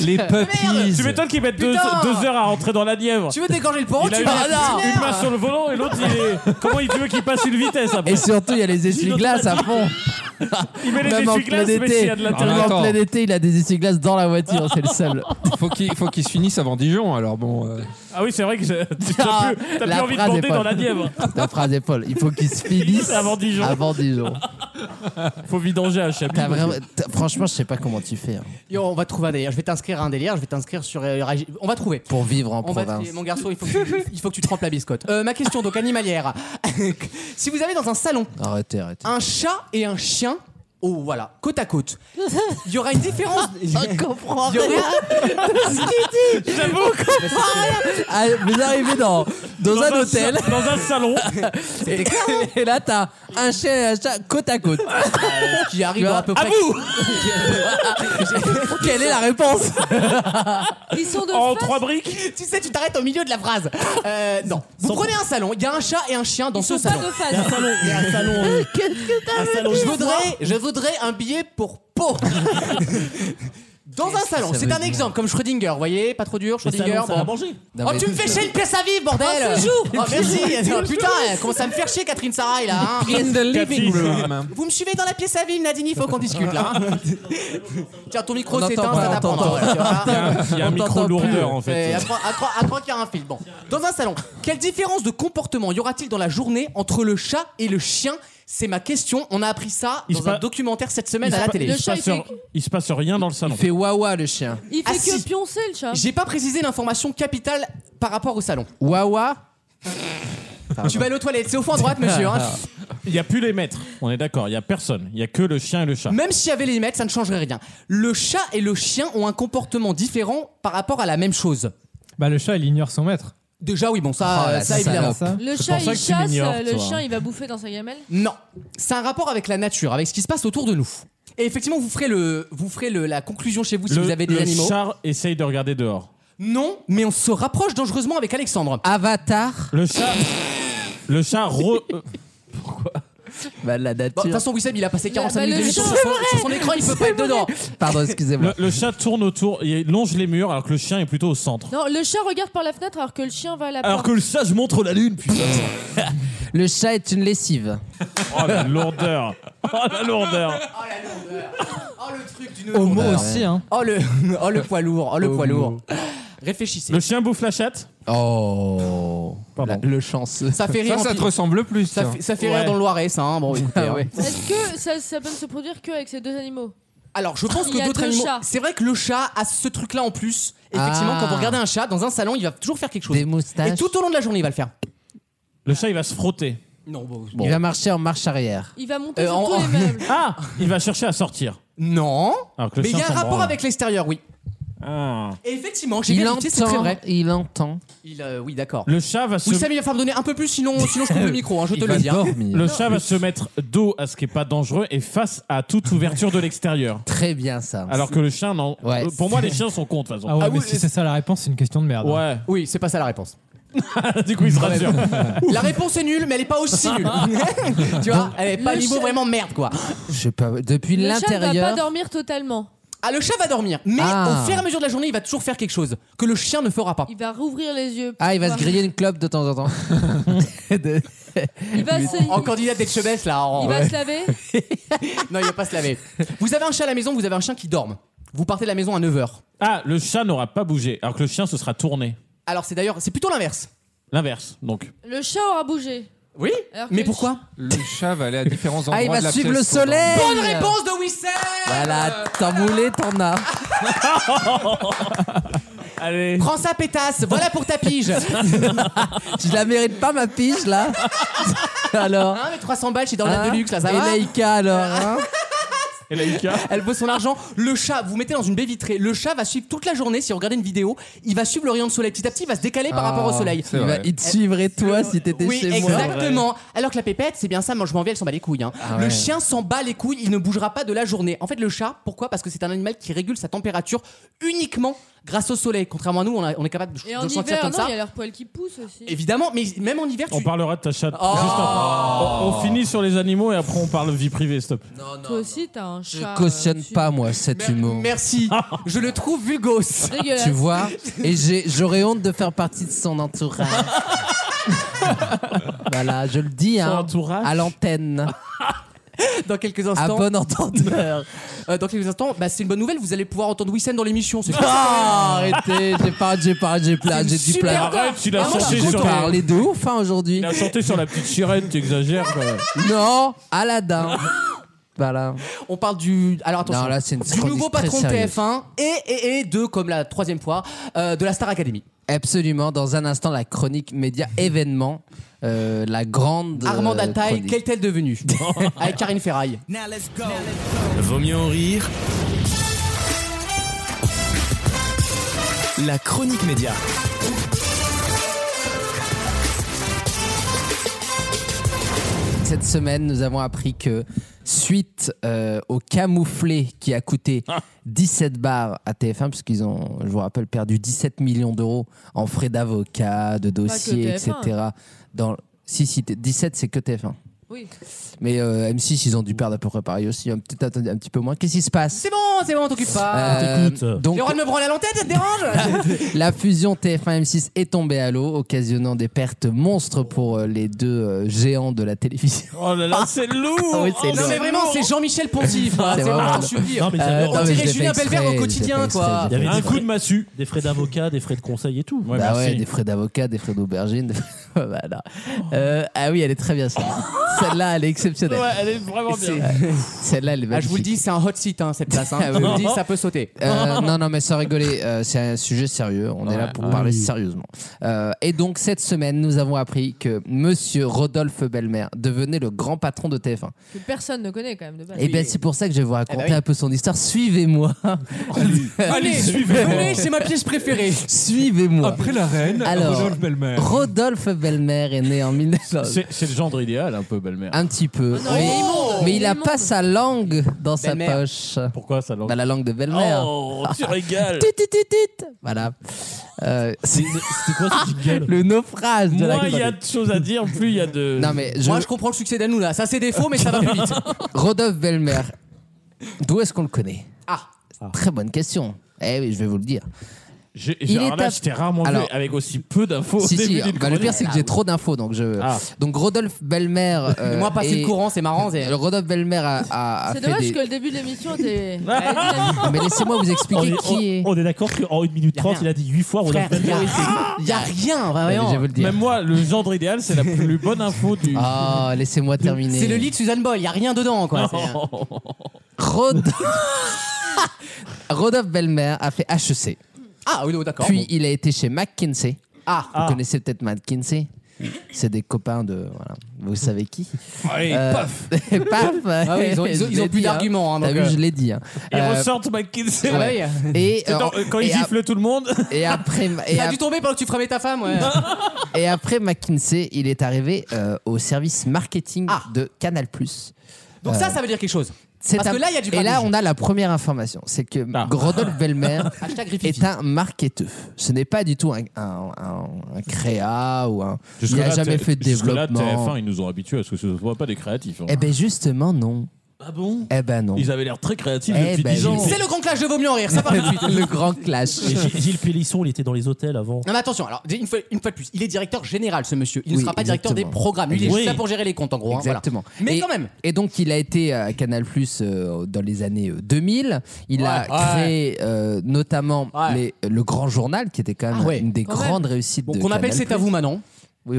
Speaker 6: Les puppies.
Speaker 1: Tu m'étonnes qu'il mette deux,
Speaker 3: Putain.
Speaker 1: deux heures à rentrer dans la Nièvre.
Speaker 3: Tu veux dégorger le pont,
Speaker 1: il a
Speaker 3: tu
Speaker 1: une,
Speaker 3: vas là.
Speaker 1: une main sur le volant et l'autre, il est. Comment il veut qu'il passe une vitesse après
Speaker 8: Et surtout, il y a les essuie-glaces à fond.
Speaker 1: Il met les Ah,
Speaker 8: Même en plein
Speaker 1: essuie-glaces, mais s'il y
Speaker 8: été.
Speaker 6: Ah,
Speaker 1: a de
Speaker 8: Même
Speaker 1: l'intérieur.
Speaker 8: en
Speaker 6: Attends.
Speaker 8: plein été, il a des essuie-glaces dans la voiture, c'est le seul.
Speaker 6: Faut qu'il faut qu'ils se finissent avant Dijon, alors bon. euh,
Speaker 1: Ah oui, c'est vrai que [LAUGHS] j'ai- t'as
Speaker 8: Ah,
Speaker 1: plus, t'as plus
Speaker 8: la
Speaker 1: envie de
Speaker 8: phrase est
Speaker 1: bander dans
Speaker 8: folle.
Speaker 1: la Nièvre.
Speaker 8: La phrase est folle. Il faut qu'il se finisse
Speaker 1: Avant Dijon.
Speaker 8: Avant Dijon.
Speaker 1: [LAUGHS] Faut vidanger à Chablis.
Speaker 8: T'as vraiment- t'as- Franchement, je sais pas comment tu fais hein,
Speaker 3: Yo, on va trouver un délire. Je vais t'inscrire à un délire. Je vais t'inscrire sur. euh, Ragi- On va trouver.
Speaker 8: pour vivre en
Speaker 3: On va-
Speaker 8: province.
Speaker 3: mon garçon, il faut, que tu, il faut que tu trempes la biscotte. Euh, ma question donc animalière. [LAUGHS] si vous avez dans un salon
Speaker 8: Arrêtez, arrêtez.
Speaker 3: un chat et un chien, oh voilà, côte à côte, il y aura une différence. Je comprends
Speaker 1: J'avoue
Speaker 8: Ah, vous arrivez dans, dans, un, hôtel
Speaker 1: sa- Dans un salon.
Speaker 8: et, et là t'as un chien et un chat côte à côte.
Speaker 3: [LAUGHS] Qui arrive à peu
Speaker 8: À
Speaker 3: près.
Speaker 8: vous Quelle est la réponse
Speaker 5: Ils sont de
Speaker 1: En
Speaker 5: face.
Speaker 1: trois briques.
Speaker 3: [LAUGHS] Tu sais, tu t'arrêtes au milieu de la phrase. Euh, non. Vous prenez un salon, il y a un chat et un chien dans
Speaker 5: Ils
Speaker 3: ce
Speaker 5: sont
Speaker 3: salon.
Speaker 5: pas de
Speaker 7: Il y a un salon. Il y a un
Speaker 5: face.
Speaker 7: salon. euh, un salon.
Speaker 3: Je voudrais, je voudrais un billet pour Pau. Dans un salon,
Speaker 8: ça
Speaker 3: c'est
Speaker 8: veut
Speaker 3: un
Speaker 8: dire
Speaker 3: exemple, comme Schrödinger, vous voyez, pas trop dur,
Speaker 7: Le salon,
Speaker 3: Schrödinger.
Speaker 7: ça
Speaker 3: bon.
Speaker 7: va manger.
Speaker 8: Non,
Speaker 3: oh,
Speaker 8: mais-
Speaker 3: tu me fais chier le pièce à vivre, bordel
Speaker 5: Oh, c'est jour.
Speaker 3: Oh, merci Oh, Putain, elle commence à me faire chier, Catherine Sarraille, là hein.
Speaker 1: living
Speaker 6: room.
Speaker 3: Vous me suivez dans la pièce à vivre, Nadine, il faut qu'on discute, là hein.
Speaker 8: [LAUGHS]
Speaker 3: Tiens, ton micro
Speaker 8: On
Speaker 3: s'éteint,
Speaker 8: n'entend pas,
Speaker 3: ça
Speaker 8: on
Speaker 3: t'apprendra.
Speaker 8: t'entend.
Speaker 3: voilà, tu vois.
Speaker 1: Il y a un
Speaker 8: On
Speaker 1: micro
Speaker 8: t'entend
Speaker 1: lourdeur
Speaker 8: plus.
Speaker 1: en fait. euh.
Speaker 3: Et à trois- à trois- à trois qu'il y a un fil. Bon. Dans un salon, quelle différence de comportement y aura-t-il dans la journée entre le chat et le chien C'est ma question. On a appris ça
Speaker 1: Il
Speaker 3: dans
Speaker 1: se
Speaker 3: un
Speaker 1: pa-
Speaker 3: documentaire cette semaine
Speaker 1: il,
Speaker 3: à
Speaker 1: se
Speaker 3: la
Speaker 1: pa-
Speaker 3: télé.
Speaker 1: il,
Speaker 5: Le
Speaker 1: se
Speaker 5: chat,
Speaker 1: passe,
Speaker 5: il
Speaker 1: il se passe rien dans le salon.
Speaker 8: Il fait wawa le chien.
Speaker 5: Il fait
Speaker 3: Ah,
Speaker 5: que
Speaker 3: si.
Speaker 5: pioncer le chat.
Speaker 3: J'ai pas précisé l'information capitale par rapport au salon.
Speaker 8: Wawa
Speaker 3: Tu vas aller aux toilettes, c'est au fond à droite, monsieur.
Speaker 1: [LAUGHS]
Speaker 3: hein.
Speaker 1: Il n'y a plus les maîtres, on est d'accord, il n'y a personne. Il n'y a que le chien et le chat.
Speaker 3: Même s'il y avait les mètres, ça ne changerait rien. Le chat et le chien ont un comportement différent par rapport à la même chose.
Speaker 4: Bah le chat, il ignore son maître.
Speaker 3: Déjà, oui, bon, ça,
Speaker 8: Oh, la
Speaker 3: ça, Ah, évidemment.
Speaker 8: salope.
Speaker 4: Ça
Speaker 5: Le
Speaker 1: C'est
Speaker 5: chat,
Speaker 1: pour ça
Speaker 5: il
Speaker 1: que tu
Speaker 5: chasse, euh,
Speaker 1: m'ignores,
Speaker 5: le
Speaker 1: toi.
Speaker 5: chien, il va bouffer dans sa gamelle.
Speaker 3: Non, c'est un rapport avec la nature, avec ce qui se passe autour de nous. Et effectivement, vous ferez, le, vous ferez le, la conclusion chez vous si
Speaker 1: le,
Speaker 3: vous avez des
Speaker 1: le
Speaker 3: animaux.
Speaker 1: char essaye de regarder dehors.
Speaker 3: Non, mais on se rapproche dangereusement avec Alexandre. Avatar.
Speaker 1: Le chat. le chat re.
Speaker 3: [LAUGHS] Bah, la nature. De toute façon, Wissem, il a passé 45
Speaker 2: bah, le
Speaker 3: minutes de
Speaker 2: chat.
Speaker 3: sur, son- sur son écran, il peut pas être dedans.
Speaker 8: Pardon, excusez-moi.
Speaker 1: Le, le chat tourne autour, il longe les murs alors que le chien est plutôt au centre.
Speaker 5: Non, le chat regarde par la fenêtre alors que le chien va à la
Speaker 1: Alors
Speaker 5: porte.
Speaker 1: que le chat, je montre la lune, putain.
Speaker 3: [LAUGHS]
Speaker 8: Le chat est une lessive.
Speaker 1: Oh la lourdeur. Oh la lourdeur.
Speaker 3: Oh, Homo
Speaker 8: lourdeur.
Speaker 3: aussi, hein. Oh le, oh le poids lourd, oh le poids lourd. Réfléchissez.
Speaker 1: Le chien bouffe la chatte
Speaker 8: Oh. le chanceux.
Speaker 3: Ça fait rire. en pi-
Speaker 6: hein.
Speaker 3: Ça, fait- ça fait rire dans le Loiret, ça. hein. Bon, écoutez, hein.
Speaker 5: Est-ce que ça, ça peut ne se produire qu'avec ces deux animaux
Speaker 3: Alors, je pense
Speaker 5: Il
Speaker 3: que
Speaker 5: y a
Speaker 3: d'autres
Speaker 5: deux
Speaker 3: animaux.
Speaker 5: chats.
Speaker 3: C'est vrai que le chat a ce truc-là en plus. Effectivement,
Speaker 5: Ah.
Speaker 3: quand vous regardez un chat dans un salon, il va toujours faire quelque chose. Des
Speaker 8: moustaches.
Speaker 3: Et tout au long de la journée, il va le faire.
Speaker 1: Le chat, il va se frotter.
Speaker 3: Non,
Speaker 8: Il va marcher en marche arrière.
Speaker 5: Il va monter
Speaker 3: Euh,
Speaker 5: sur
Speaker 3: en-
Speaker 5: tous les meubles.
Speaker 1: Ah Il va chercher à sortir.
Speaker 3: Non.
Speaker 1: Alors que le
Speaker 3: Mais il y
Speaker 1: chien
Speaker 3: a un
Speaker 1: s'en
Speaker 3: rapport
Speaker 1: branle.
Speaker 3: avec l'extérieur, oui.
Speaker 1: Ah.
Speaker 3: Et effectivement, j'ai
Speaker 8: Il
Speaker 3: vérifié, c'est très
Speaker 8: entend.
Speaker 3: vrai.
Speaker 8: Il entend.
Speaker 3: Il, euh, oui, d'accord.
Speaker 1: Le chat va se.
Speaker 3: Oui, Sam, il va falloir me donner un peu plus, sinon, sinon je coupe le micro, hein, je
Speaker 1: Il
Speaker 3: te
Speaker 1: va
Speaker 3: le dis. hein.
Speaker 8: dormir.
Speaker 1: Le chat va se mettre dos à ce qui est pas dangereux et face à toute ouverture de [LAUGHS] l'extérieur.
Speaker 8: Très bien ça.
Speaker 1: Alors que le chien, non.
Speaker 8: Ouais.
Speaker 1: Euh, Pour moi, les chiens sont cons de toute façon.
Speaker 4: Ah ouais, mais si c'est ça la réponse, c'est une question de merde.
Speaker 1: Ah
Speaker 4: hein.
Speaker 1: Ouais.
Speaker 3: Oui, c'est pas ça la réponse.
Speaker 1: [LAUGHS] du coup, il se rassure.
Speaker 3: La réponse est nulle, mais elle est pas aussi nulle. tu vois, elle est pas
Speaker 5: Le
Speaker 3: niveau
Speaker 5: chat-
Speaker 3: vraiment merde, quoi.
Speaker 8: Je sais pas. Depuis
Speaker 5: Le chat ne va pas
Speaker 8: l'intérieur.
Speaker 5: dormir totalement.
Speaker 3: Ah, le chat va dormir, mais
Speaker 8: Ah.
Speaker 3: au fur et à mesure de la journée, il va toujours faire quelque chose que le chien ne fera pas.
Speaker 5: Il va rouvrir les yeux.
Speaker 8: Ah, il va se
Speaker 5: griller
Speaker 8: griller une clope de temps Ah, en
Speaker 6: [LAUGHS]
Speaker 8: temps.
Speaker 5: Il va se,
Speaker 3: En candidat des chevesses, là. en-
Speaker 5: il va se laver.
Speaker 3: Non, il va pas se laver. Vous avez un chat à la maison, vous avez un chien qui dorme. Vous partez de la maison à 9h.
Speaker 1: Ah, le chat n'aura pas bougé, alors que le chien se sera tourné.
Speaker 3: Alors, c'est d'ailleurs, c'est plutôt l'inverse.
Speaker 1: L'inverse, donc.
Speaker 5: Le chat aura bougé.
Speaker 3: Oui
Speaker 5: Alors que
Speaker 3: Mais
Speaker 5: le
Speaker 3: pourquoi
Speaker 6: Le chat va aller à différents endroits.
Speaker 8: Ah, il va
Speaker 6: de la
Speaker 8: suivre le
Speaker 6: pièce pour
Speaker 8: soleil.
Speaker 6: dormir.
Speaker 3: Bonne réponse de Wissem
Speaker 8: Voilà, t'en voulais, t'en as.
Speaker 1: Allez.
Speaker 3: Prends sa pétasse, voilà pour ta pige Hein,
Speaker 8: Je la mérite pas, ma
Speaker 3: [LAUGHS]
Speaker 8: pige, là. alors.
Speaker 3: Hein, mais 300 balles chez Dorlane
Speaker 8: hein
Speaker 3: de luxe, là, ça
Speaker 8: Et
Speaker 3: va
Speaker 8: Laïka, alors. hein
Speaker 1: Et Laïka
Speaker 3: Elle veut son argent. Le chat, vous mettez dans une baie vitrée. Le chat va suivre toute la journée. Si vous regardez une vidéo, il va suivre le rayon de soleil. Petit à petit, il va se décaler par
Speaker 8: Ah,
Speaker 3: rapport au soleil.
Speaker 8: Il, va- il te suivrait, toi, si t'étais
Speaker 3: Oui,
Speaker 8: chez moi.
Speaker 3: exactement. Alors que la pépette, c'est bien ça, moi je m'en vais, elle s'en bat les couilles. hein.
Speaker 8: Ah
Speaker 3: Le
Speaker 8: ouais.
Speaker 3: chien s'en bat les couilles, il ne bougera pas de la journée. En fait, le chat, pourquoi Parce que c'est un animal qui régule sa température uniquement grâce au soleil. Contrairement à nous, on, a- on est capable de,
Speaker 5: Et
Speaker 3: de
Speaker 5: en
Speaker 3: le sentir
Speaker 5: hiver,
Speaker 3: comme
Speaker 5: non,
Speaker 3: ça.
Speaker 5: il y a leur poil qui pousse aussi.
Speaker 3: Évidemment, mais même en hiver, tu.
Speaker 1: On parlera de ta chatte.
Speaker 3: Oh.
Speaker 1: Juste après. On, on finit sur les animaux et après on parle vie privée, stop.
Speaker 5: Toi aussi, t'as un chat. euh,
Speaker 8: Je cautionne pas, moi, cet humour.
Speaker 3: Merci, je le trouve vulgos.
Speaker 5: Dégueulasse.
Speaker 8: Tu vois Et j'ai- j'aurais honte de faire partie de son entourage.
Speaker 3: [LAUGHS]
Speaker 8: voilà, je le dis,
Speaker 3: Son
Speaker 8: hein,
Speaker 3: entourage [LAUGHS]
Speaker 8: à l'antenne.
Speaker 3: Dans quelques
Speaker 8: À
Speaker 3: instants.
Speaker 8: bon entendeur.
Speaker 3: Euh, dans quelques instants, bah, c'est une bonne nouvelle, vous allez pouvoir entendre Wissem dans l'émission. C'est
Speaker 8: [LAUGHS] Ah, arrêtez, j'ai pas, j'ai pas, j'ai plein, j'ai du
Speaker 3: super
Speaker 8: plein.
Speaker 3: Arrête,
Speaker 1: Arrête, il a
Speaker 8: Moi,
Speaker 1: chanté
Speaker 8: je
Speaker 1: sur la...
Speaker 8: parler de ouf hein, aujourd'hui.
Speaker 1: Il a chanté sur la petite sirène, t'exagères quand même.
Speaker 8: Non,
Speaker 3: [LAUGHS]
Speaker 8: Aladdin. voilà.
Speaker 3: On parle du. Alors attention.
Speaker 8: Non, là, c'est une
Speaker 3: du nouveau
Speaker 8: chronique très
Speaker 3: patron de
Speaker 8: sérieuse.
Speaker 3: TF1 et, et, et de, comme la troisième fois, euh, de la Star Academy.
Speaker 8: Absolument, dans un instant, la chronique média événement. euh, la grande.
Speaker 3: Armand
Speaker 8: euh,
Speaker 3: Altaï,
Speaker 8: chronique.
Speaker 3: quelle est-elle
Speaker 8: [LAUGHS]
Speaker 3: devenue Avec Karine Ferraille.
Speaker 9: Vaut mieux en rire. La chronique média.
Speaker 8: Cette semaine, nous avons appris que suite euh, au camouflé qui a coûté
Speaker 1: Ah.
Speaker 8: 17 bars à TF1, puisqu'ils ont, je vous rappelle, perdu 17 millions d'euros en frais d'avocat, de dossiers,
Speaker 5: que TF1.
Speaker 8: etc. Dans... Si, si, t- 17, c'est que TF1.
Speaker 5: Oui.
Speaker 8: Mais euh, M6, ils ont dû perdre à peu près pareil aussi, un petit, un, un petit peu moins. Qu'est-ce qui se passe
Speaker 3: C'est bon, c'est bon, on t'occupe pas.
Speaker 8: Euh, donc,
Speaker 3: J'ai le droit de me branler à l'antenne, ça te
Speaker 8: [LAUGHS]
Speaker 3: dérange
Speaker 8: la fusion TF1-M6 est tombée à l'eau, occasionnant des pertes monstres pour euh, les deux euh, géants de la télévision.
Speaker 1: Oh là là, c'est lourd
Speaker 8: Ah oui, c'est
Speaker 1: Oh,
Speaker 8: lourd.
Speaker 3: Non, mais vraiment, c'est Jean-Michel Pontif. quoi.
Speaker 8: C'est
Speaker 3: C'est vraiment,
Speaker 8: vraiment-
Speaker 3: j'en supplie.
Speaker 7: Non, mais
Speaker 8: Euh,
Speaker 7: j'adore.
Speaker 8: non,
Speaker 3: On
Speaker 8: mais je
Speaker 3: dirait
Speaker 8: l'ai
Speaker 3: Julien
Speaker 8: fait
Speaker 3: Belvert au
Speaker 8: exprès, je
Speaker 3: quotidien,
Speaker 8: l'ai fait
Speaker 3: quoi.
Speaker 8: exprès, je l'ai fait
Speaker 1: Un
Speaker 8: exprès.
Speaker 1: coup de massue.
Speaker 7: Des frais d'avocat, des frais de conseil et tout.
Speaker 1: Ouais,
Speaker 8: bah
Speaker 1: merci.
Speaker 8: ouais, des frais d'avocat, des frais d'aubergine. des- [LAUGHS] voilà. Euh, ah oui, elle est très bien celle-là. Celle-là, elle est exceptionnelle.
Speaker 1: Ouais, elle est vraiment
Speaker 8: C'est-
Speaker 1: bien.
Speaker 8: Celle-là, elle est
Speaker 3: Ah, je vous le
Speaker 8: magnifique.
Speaker 3: dis, c'est un hot site, hein, cette
Speaker 8: [LAUGHS]
Speaker 3: place. hein.
Speaker 8: Ah
Speaker 3: Je vous le dis, ça peut sauter.
Speaker 8: Euh, non, non, mais sans rigoler, euh, c'est un sujet sérieux. On est là pour parler sérieusement. Euh, et donc, cette semaine, nous avons appris que monsieur Rodolphe Belmer devenait le grand patron de TF1.
Speaker 3: Ah,
Speaker 5: Que personne ne connaît quand même de base.
Speaker 8: Et Eh bien, c'est pour ça que je vais vous raconter
Speaker 3: Eh ben oui.
Speaker 8: un peu son histoire. Suivez-moi. [LAUGHS]
Speaker 3: Allez,
Speaker 1: suivez-moi.
Speaker 3: venez, c'est ma pièce préférée.
Speaker 8: Suivez-moi.
Speaker 6: Après la reine,
Speaker 8: Alors,
Speaker 6: Rodolphe Belmer.
Speaker 8: Rodolphe Belmer est né en 1900.
Speaker 1: C'est c'est le gendre idéal un peu. belle-mère.
Speaker 8: Un petit peu.
Speaker 1: Oh non,
Speaker 8: mais,
Speaker 1: il est immonde.
Speaker 8: mais
Speaker 1: Il
Speaker 8: il
Speaker 1: est
Speaker 8: a
Speaker 1: immonde.
Speaker 8: pas sa langue dans sa
Speaker 1: Belle-mère.
Speaker 8: poche.
Speaker 7: Pourquoi sa langue
Speaker 8: bah, La langue de belle-mère.
Speaker 7: Oh,
Speaker 1: [LAUGHS]
Speaker 7: tu régales.
Speaker 8: Tut, tut, tut, tut. Voilà. Euh, c'est
Speaker 7: quoi cette gueule
Speaker 8: Le naufrage de la
Speaker 7: Moins il y a de choses à dire, plus il y a de.
Speaker 8: Non, mais
Speaker 3: Moi, je comprends le succès d'Anouna. Ça, c'est défaut, mais ça va plus vite.
Speaker 8: Rodolphe Belmer, d'où est-ce qu'on le connaît
Speaker 3: Ah.
Speaker 8: Très bonne question. Eh oui, je vais vous le dire.
Speaker 1: J'ai-
Speaker 8: Il
Speaker 1: j'ai-
Speaker 8: est
Speaker 1: alors là,
Speaker 8: à-
Speaker 1: j'étais rarement
Speaker 8: Alors-
Speaker 1: vu avec aussi peu d'infos au
Speaker 8: Si,
Speaker 1: début d'une
Speaker 8: si, bah, le pire,
Speaker 1: chronique.
Speaker 8: c'est que j'ai trop d'infos. Donc, je...
Speaker 1: Ah.
Speaker 8: donc Rodolphe Belmer. euh,
Speaker 3: Mais moi, passer le courant, c'est marrant, c'est-
Speaker 8: Rodolphe Belmer a, a- a
Speaker 5: C'est
Speaker 8: fait
Speaker 5: dommage
Speaker 8: des-
Speaker 5: que le début de l'émission était.
Speaker 8: Non, mais laissez-moi vous expliquer
Speaker 7: on est,
Speaker 8: qui est.
Speaker 7: on- on est d'accord qu'en 1 minute
Speaker 8: Y a
Speaker 7: 30,
Speaker 8: rien.
Speaker 7: il a dit 8 fois Rodolphe
Speaker 8: Frère,
Speaker 7: Belmer.
Speaker 8: y a- Il y a rien,
Speaker 3: bah, Oh, Ah,
Speaker 8: vraiment. Je vais vous le dire.
Speaker 1: Même moi, le gendre idéal, c'est la
Speaker 8: [LAUGHS]
Speaker 1: plus bonne info du.
Speaker 8: Ah, laissez-moi terminer.
Speaker 3: C'est le lit de Suzanne Boyle. Il y a rien dedans, quoi. C'est-
Speaker 8: Rod- Rodolphe Belmer a fait E HEC.
Speaker 3: [LAUGHS] Ah, oui, oui, d'accord.
Speaker 8: Puis
Speaker 3: Bon.
Speaker 8: il a été chez McKinsey.
Speaker 3: Ah.
Speaker 8: Vous connaissez peut-être McKinsey C'est des copains de. Voilà. Vous savez qui
Speaker 1: Ouais,
Speaker 8: euh,
Speaker 1: et
Speaker 8: [LAUGHS]
Speaker 1: paf.
Speaker 8: Paf
Speaker 3: Ah oui, ils ont- ils [LAUGHS] ont-
Speaker 8: Je
Speaker 3: ils ont
Speaker 8: l'ai
Speaker 3: plus
Speaker 8: dit, hein.
Speaker 3: d'arguments, hein,
Speaker 8: T'as
Speaker 3: donc,
Speaker 8: vu,
Speaker 3: euh,
Speaker 8: je l'ai dit. hein.
Speaker 1: Ils
Speaker 8: Euh,
Speaker 1: ressortent McKinsey.
Speaker 3: [LAUGHS]
Speaker 8: ouais. Et,
Speaker 1: Attends,
Speaker 8: euh,
Speaker 1: quand ils
Speaker 8: et à-
Speaker 1: giflent tout le monde.
Speaker 8: Et après. Et
Speaker 3: Ça a
Speaker 8: ap-
Speaker 3: dû tomber pendant que tu frappais ta femme, ouais.
Speaker 8: Et après McKinsey, il est arrivé euh, au service marketing
Speaker 3: Ah.
Speaker 8: de Canal+.
Speaker 3: [LAUGHS] Donc,
Speaker 8: Euh,
Speaker 3: ça, ça veut dire quelque chose.
Speaker 8: c'est
Speaker 3: Parce
Speaker 8: un-
Speaker 3: que là, il y a du Ah.
Speaker 8: Et là,
Speaker 3: grabuge.
Speaker 8: on a la première information, c'est que
Speaker 3: [LAUGHS]
Speaker 8: Rodolphe Belmer
Speaker 3: Hashtag Rififi.
Speaker 8: est un marketeur. Ce n'est pas du tout un, un, un- un créa ou un. il n'a jamais fait de
Speaker 1: Jusque-là,
Speaker 8: développement.
Speaker 1: TF1, ils nous ont habitués à ce que ce ne soit pas des créatifs. hein.
Speaker 8: Eh ben justement non.
Speaker 1: Ah bon
Speaker 8: Eh ben non.
Speaker 1: Ils avaient l'air très créatifs
Speaker 8: Eh
Speaker 1: depuis
Speaker 8: ben,
Speaker 1: 10 ans.
Speaker 8: je-
Speaker 3: C'est le grand clash de Vaut mieux en rire, ça part tout de suite.
Speaker 8: [LAUGHS] Le grand clash.
Speaker 7: Et Gilles- Gilles Pélisson, il était dans les hôtels avant.
Speaker 3: Non mais attention, alors une fois, une fois de plus, il est directeur général ce monsieur. Il ne
Speaker 8: Oui,
Speaker 3: sera pas directeur
Speaker 8: exactement.
Speaker 3: des programmes. Il est
Speaker 8: Oui.
Speaker 3: juste là pour gérer les comptes en gros. hein, voilà.
Speaker 8: Exactement.
Speaker 3: Mais
Speaker 8: et,
Speaker 3: quand même.
Speaker 8: Et donc, il a été à Canal Plus dans les années euh, 2000. Il
Speaker 3: Ouais.
Speaker 8: a créé euh, notamment les- le Grand Journal, qui était quand même
Speaker 3: Ah ouais,
Speaker 8: une des
Speaker 3: quand
Speaker 8: grandes
Speaker 3: même.
Speaker 8: réussites.
Speaker 3: Bon,
Speaker 8: de
Speaker 3: qu'on appelle
Speaker 8: Canal+.
Speaker 3: C'est à vous maintenant.
Speaker 8: Oui,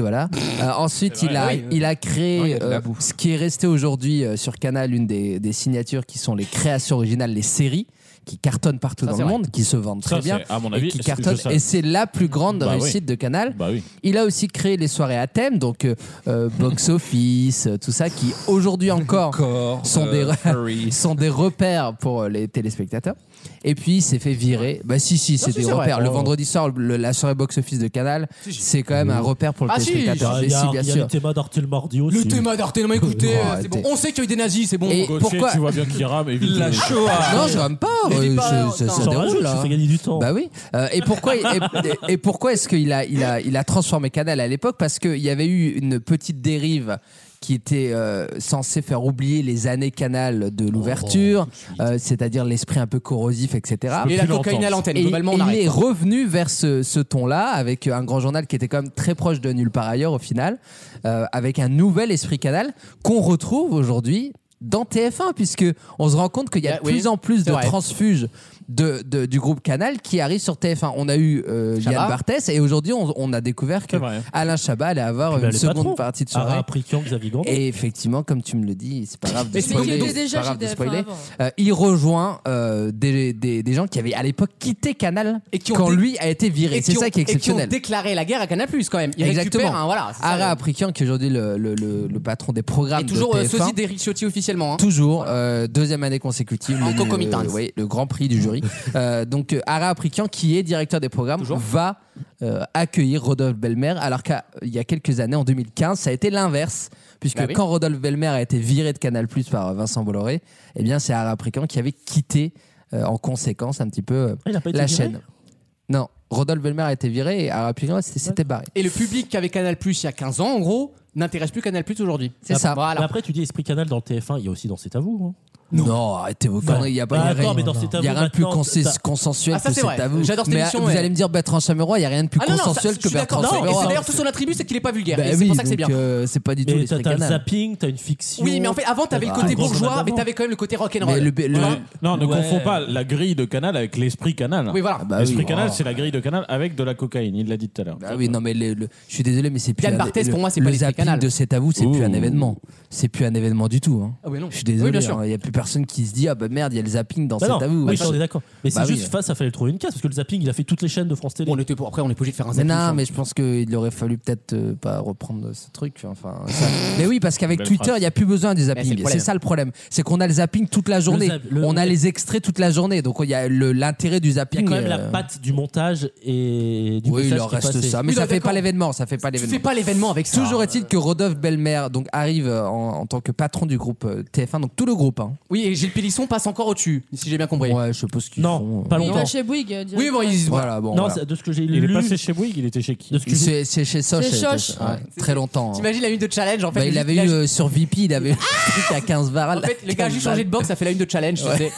Speaker 3: [LAUGHS]
Speaker 8: voilà. Euh, ensuite,
Speaker 3: C'est vrai,
Speaker 8: il a,
Speaker 3: oui.
Speaker 8: il a
Speaker 3: Ouais, il y
Speaker 8: créé
Speaker 3: a de la
Speaker 8: euh, ce qui est resté aujourd'hui euh, sur Canal, une des, des signatures qui sont les créations originales, les séries qui cartonnent partout
Speaker 1: Ça,
Speaker 8: dans
Speaker 1: c'est
Speaker 8: le
Speaker 1: vrai.
Speaker 8: monde, qui se vendent
Speaker 1: Ça,
Speaker 8: très bien,
Speaker 1: c'est- à mon avis,
Speaker 8: et qui
Speaker 1: je
Speaker 8: cartonnent.
Speaker 1: sais.
Speaker 8: Et c'est la plus grande
Speaker 1: Bah oui.
Speaker 8: réussite de Canal.
Speaker 1: Bah oui.
Speaker 8: Il a aussi créé les soirées à thème, donc euh, euh, box office, euh, tout ça, qui aujourd'hui encore sont, des,
Speaker 6: euh, furry.
Speaker 8: sont des repères pour euh, les téléspectateurs. Et puis il s'est fait virer. Bah si si, c'est
Speaker 3: si,
Speaker 8: des
Speaker 3: c'est vrai.
Speaker 8: repères. Le
Speaker 3: Oh.
Speaker 8: vendredi soir, le- la soirée box office de Canal, c'est quand même un
Speaker 1: Mmh.
Speaker 8: repère pour le
Speaker 3: Ah, si,
Speaker 8: téléspectateur.
Speaker 3: si,
Speaker 8: Mais
Speaker 7: Il y a,
Speaker 8: si, bien
Speaker 7: il y a
Speaker 8: sûr.
Speaker 7: le thème d'Artel Mardi aussi.
Speaker 3: Le thème d'Arte, non mais écoutez,
Speaker 8: Oh,
Speaker 3: euh, c'est
Speaker 8: arrêtez.
Speaker 3: bon. On sait qu'il y a eu des nazis, c'est bon.
Speaker 8: Et
Speaker 1: Gauthier,
Speaker 8: pourquoi
Speaker 1: Tu vois bien qu'il
Speaker 8: [LAUGHS]
Speaker 1: rame. et vite-
Speaker 8: Non, je rame pas.
Speaker 3: Mais dis
Speaker 8: euh,
Speaker 3: pas,
Speaker 8: je-
Speaker 3: euh,
Speaker 8: ça, ça
Speaker 3: attends.
Speaker 7: J'en
Speaker 8: déroule
Speaker 7: rajoute,
Speaker 8: là.
Speaker 7: ça fait gagner du temps.
Speaker 8: Bah oui. Euh, et pourquoi et, et- et pourquoi est-ce qu'il a il a il a transformé Canal à l'époque parce qu'il y avait eu une petite dérive qui était euh, censée faire oublier les années Canal de l'ouverture, euh, c'est-à-dire l'esprit un peu corrosif, etc.
Speaker 3: Oh, peux euh, Et plus la cocaïne l'entendre. à l'antenne,
Speaker 8: Et-
Speaker 3: globalement, on
Speaker 8: et il
Speaker 3: arrête.
Speaker 8: est revenu vers ce, ce ton-là avec euh, un grand journal qui était quand même très proche de nulle part ailleurs au final, euh, avec un nouvel esprit Canal qu'on retrouve aujourd'hui dans TF1 puisque on se rend compte qu'il y a de
Speaker 3: Bah Oui,
Speaker 8: plus en plus
Speaker 3: c'est
Speaker 8: de
Speaker 3: vrai.
Speaker 8: transfuges de, de- du groupe Canal qui arrive sur TF1. On a eu euh,
Speaker 3: Chabat.
Speaker 8: Yann Barthès et aujourd'hui on, on a découvert que
Speaker 7: vrai.
Speaker 8: Alain Chabat allait avoir
Speaker 7: Bah,
Speaker 8: une
Speaker 7: les
Speaker 8: seconde
Speaker 7: patrons.
Speaker 8: partie de
Speaker 7: Ara
Speaker 8: soirée.
Speaker 7: Aprikian, Xavier Grand.
Speaker 8: Et effectivement, comme tu me le dis, c'est pas grave de
Speaker 7: Mais c'est
Speaker 8: spoiler.
Speaker 7: qu'il était
Speaker 8: c'est
Speaker 7: déjà
Speaker 8: pas grave
Speaker 7: chez TF1
Speaker 8: de spoiler.
Speaker 7: avant.
Speaker 8: Euh, il rejoint euh, des, des, des gens qui avaient à l'époque quitté Canal
Speaker 3: Et qui ont
Speaker 8: quand
Speaker 3: dé-
Speaker 8: lui a été viré.
Speaker 3: Et
Speaker 8: C'est
Speaker 3: qui ont-
Speaker 8: ça qui est
Speaker 3: Et
Speaker 8: exceptionnel.
Speaker 3: qui ont déclaré la guerre à Canal Plus quand même. Il
Speaker 8: Exactement.
Speaker 3: récupère, hein, voilà. c'est ça.
Speaker 8: Ara Aprikian, qui est aujourd'hui le, le- le- le patron des programmes.
Speaker 3: Et toujours
Speaker 8: de
Speaker 3: euh,
Speaker 8: TF1.
Speaker 3: sosie d'Eric Ciotti officiellement. hein.
Speaker 8: Toujours, euh, deuxième année consécutive.
Speaker 3: En
Speaker 8: le,
Speaker 3: concomitance.
Speaker 8: le- oui, le grand prix
Speaker 3: [LAUGHS]
Speaker 8: du jury. Euh, donc, euh, Ara Aprikian, qui est directeur des programmes, va euh, accueillir Rodolphe Belmer, alors qu'il y a quelques années, en 2015, ça a été l'inverse. Puisque
Speaker 3: Bah oui.
Speaker 8: quand Rodolphe Belmer a été viré de Canal Plus par euh, Vincent Bolloré, eh bien, c'est Ara Aprikian qui avait quitté euh, en conséquence un petit peu euh,
Speaker 7: Il a pas été
Speaker 8: la
Speaker 7: viré
Speaker 8: chaîne. Non, Rodolphe Belmer a été viré et Ara Aprikian s'était s'était barré.
Speaker 3: Et le public qui avait Canal Plus il y a 15 ans en gros n'intéresse plus Canal Plus aujourd'hui.
Speaker 8: C'est ça.
Speaker 3: Ah, Voilà.
Speaker 7: Mais après, tu dis esprit canal dans le TF1, il y a aussi dans C'est à vous. hein.
Speaker 8: Non, arrêtez vos
Speaker 7: Bah,
Speaker 8: conneries, il n'y a pas
Speaker 7: bah,
Speaker 8: il y a
Speaker 7: attends,
Speaker 8: rien,
Speaker 7: mais dans
Speaker 8: il
Speaker 7: cet
Speaker 8: y a
Speaker 7: avou
Speaker 8: rien de plus
Speaker 7: maintenant,
Speaker 8: consé-
Speaker 7: t'as-
Speaker 8: consensuel
Speaker 3: Ah, ça,
Speaker 8: que
Speaker 3: c'est
Speaker 8: cet
Speaker 3: vrai.
Speaker 8: avou.
Speaker 3: J'adore cette
Speaker 8: Mais,
Speaker 3: émission,
Speaker 8: Vous
Speaker 3: ouais.
Speaker 8: allez me dire Bertrand Chameroy, il n'y a rien de plus
Speaker 3: Ah non, non, ça,
Speaker 8: consensuel
Speaker 3: je
Speaker 8: que
Speaker 3: suis
Speaker 8: Bertrand
Speaker 3: d'accord. Non, Et
Speaker 8: Chameroy.
Speaker 3: Ah, c'est d'ailleurs tout son attribut, c'est qu'il est pas vulgaire.
Speaker 8: Bah
Speaker 3: et c'est
Speaker 8: oui,
Speaker 3: pour ça que c'est
Speaker 8: donc,
Speaker 3: bien.
Speaker 8: euh, c'est pas du tout Bah
Speaker 7: Mais
Speaker 8: l'esprit
Speaker 7: t'as t'as le
Speaker 8: canal.
Speaker 7: zapping, t'as une fiction.
Speaker 3: Oui, mais en fait, avant, t'avais le
Speaker 7: Ah,
Speaker 3: côté
Speaker 7: grand
Speaker 3: bourgeois,
Speaker 7: journal
Speaker 3: mais
Speaker 7: d'avant.
Speaker 3: t'avais quand même le côté
Speaker 8: Mais
Speaker 3: rock'n'roll.
Speaker 8: le- le-
Speaker 3: Voilà.
Speaker 1: Non, ne
Speaker 7: Ouais.
Speaker 1: confonds pas la grille de canal avec l'esprit canal.
Speaker 3: Oui, voilà.
Speaker 8: bah
Speaker 1: l'esprit
Speaker 8: oui.
Speaker 1: canal,
Speaker 8: Oh.
Speaker 1: c'est la grille de canal avec de la cocaïne, il l'a dit tout à l'heure.
Speaker 8: Bah oui, non, mais le- le- je suis désolé, mais c'est plus.
Speaker 3: Yann
Speaker 8: un-
Speaker 3: Barthès,
Speaker 8: le-
Speaker 3: pour moi, c'est
Speaker 8: le
Speaker 3: pas l'esprit
Speaker 8: zapping
Speaker 3: canal.
Speaker 8: de cet avou, c'est plus un
Speaker 1: Ouh.
Speaker 8: événement. C'est plus un événement du tout. hein.
Speaker 3: Ah ouais, non.
Speaker 8: Je suis
Speaker 3: Oui,
Speaker 8: désolé,
Speaker 3: bien
Speaker 8: hein,
Speaker 3: sûr.
Speaker 8: il n'y a plus personne qui se dit ah bah merde, il y a le zapping dans
Speaker 7: Bah
Speaker 8: cet
Speaker 7: non,
Speaker 8: avou.
Speaker 7: oui,
Speaker 8: Bah,
Speaker 7: on est d'accord. Mais
Speaker 8: bah
Speaker 7: c'est
Speaker 8: oui.
Speaker 7: juste face, ça fallait le trouver une case parce que le zapping, il a fait toutes les chaînes de France Télé.
Speaker 3: on était pour, après, on est obligé de faire un hein.
Speaker 8: Mais
Speaker 3: zapping.
Speaker 8: non,
Speaker 3: sur-
Speaker 8: mais je pense qu'il aurait fallu peut-être euh, pas reprendre ce truc. Enfin,
Speaker 7: [LAUGHS]
Speaker 8: ça- Mais oui, parce qu'avec
Speaker 3: Belle
Speaker 8: Twitter,
Speaker 3: phrase.
Speaker 8: il n'y a plus besoin du
Speaker 3: c'est le
Speaker 8: zapping.
Speaker 3: problème.
Speaker 8: C'est ça le problème. C'est qu'on a le zapping toute la journée.
Speaker 7: zap- le-
Speaker 8: on a les extraits toute la journée. Donc il y a le- l'intérêt du
Speaker 7: Il y
Speaker 8: zapping.
Speaker 7: a quand même
Speaker 8: euh,
Speaker 7: la patte du montage et du
Speaker 8: Oui,
Speaker 7: message qui
Speaker 8: il leur
Speaker 7: est
Speaker 8: reste
Speaker 7: passé.
Speaker 8: ça. Mais
Speaker 7: Oui,
Speaker 8: ça
Speaker 7: non,
Speaker 8: fait
Speaker 7: d'accord.
Speaker 8: pas l'événement. Ça fait pas l'événement.
Speaker 7: fais pas l'événement avec ça.
Speaker 8: Toujours est-il que Rodolphe Belmer donc, arrive euh, en, en tant que patron du groupe euh, TF1, donc tout le groupe. Hein.
Speaker 3: Oui, et Gilles Pélisson passe encore au-dessus, si j'ai bien compris.
Speaker 8: Ouais, je suppose qu'ils Non,
Speaker 7: pas
Speaker 5: Il va chez Bouygues. euh,
Speaker 3: Oui, bon,
Speaker 5: directement.
Speaker 3: ils-
Speaker 8: Voilà, bon.
Speaker 7: non,
Speaker 8: voilà.
Speaker 7: c'est- de ce que j'ai
Speaker 1: Il
Speaker 7: lu.
Speaker 1: est passé chez Bouygues, il était chez qui
Speaker 7: De ce que j'ai-
Speaker 8: C'est c'est chez Soch.
Speaker 5: Chez
Speaker 8: il était-
Speaker 5: Soch.
Speaker 8: ouais, Très longtemps. hein.
Speaker 3: T'imagines la une de challenge en fait
Speaker 8: Bah,
Speaker 3: le-
Speaker 8: il avait
Speaker 3: a-
Speaker 8: eu euh, sur VP,
Speaker 3: [LAUGHS]
Speaker 8: il avait eu un truc à 15 barres.
Speaker 3: En fait, le gars a juste changé de box, ça fait la une de challenge. tu
Speaker 8: [LAUGHS]
Speaker 3: sais.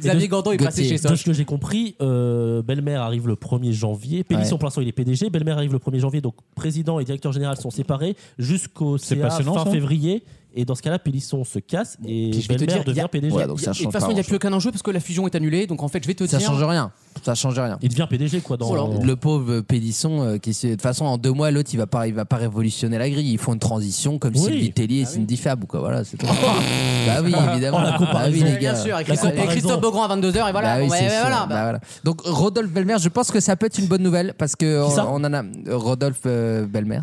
Speaker 3: Xavier Gordon est passé chez
Speaker 7: De ce
Speaker 3: Soch.
Speaker 7: que j'ai compris, euh, Belmer arrive le 1er janvier. Pélisson, pour l'instant, il est PDG. Belmer arrive le 1er janvier, donc président et directeur général sont séparés jusqu'au CA
Speaker 1: passionnant,
Speaker 7: fin
Speaker 1: ça.
Speaker 7: février. Et dans ce cas-là, Pélisson se casse et
Speaker 3: Puis je vais te
Speaker 7: Belmer
Speaker 3: dire, il y
Speaker 7: devient
Speaker 3: a- il
Speaker 7: PDG.
Speaker 3: y a- il y a- De toute façon, il n'y a plus aucun enjeu parce que la fusion est annulée. Donc en fait, je vais te
Speaker 8: Ça
Speaker 3: dire.
Speaker 8: change rien. Ça change rien.
Speaker 7: Il devient PDG, quoi. Dans...
Speaker 8: Oh
Speaker 3: Oh
Speaker 8: Le pauvre Pélisson, euh, qui se- de toute façon en deux mois l'autre il va pas, il va pas révolutionner la grille. Ils font une transition comme
Speaker 7: Oui.
Speaker 8: Sylvie Tellier
Speaker 3: Ah
Speaker 8: et Cindy Fab ou quoi.
Speaker 3: [LAUGHS]
Speaker 8: Voilà,
Speaker 3: Oh.
Speaker 8: c'est tout. bah oui, évidemment.
Speaker 7: Oh, la
Speaker 8: bah oui,
Speaker 7: comparaison.
Speaker 8: les gars.
Speaker 3: Bien sûr, avec
Speaker 7: La
Speaker 3: Christophe- avec
Speaker 7: comparaison.
Speaker 3: Christophe Beaugrand à 22h, et voilà.
Speaker 8: Bah oui,
Speaker 3: Ouais,
Speaker 8: c'est
Speaker 3: ouais,
Speaker 8: sûr.
Speaker 3: voilà, bah,
Speaker 8: Bah voilà. Donc Rodolphe Belmer, je pense que ça peut être une bonne nouvelle parce que on,
Speaker 7: ça
Speaker 8: on en a euh, Rodolphe euh, Belmer,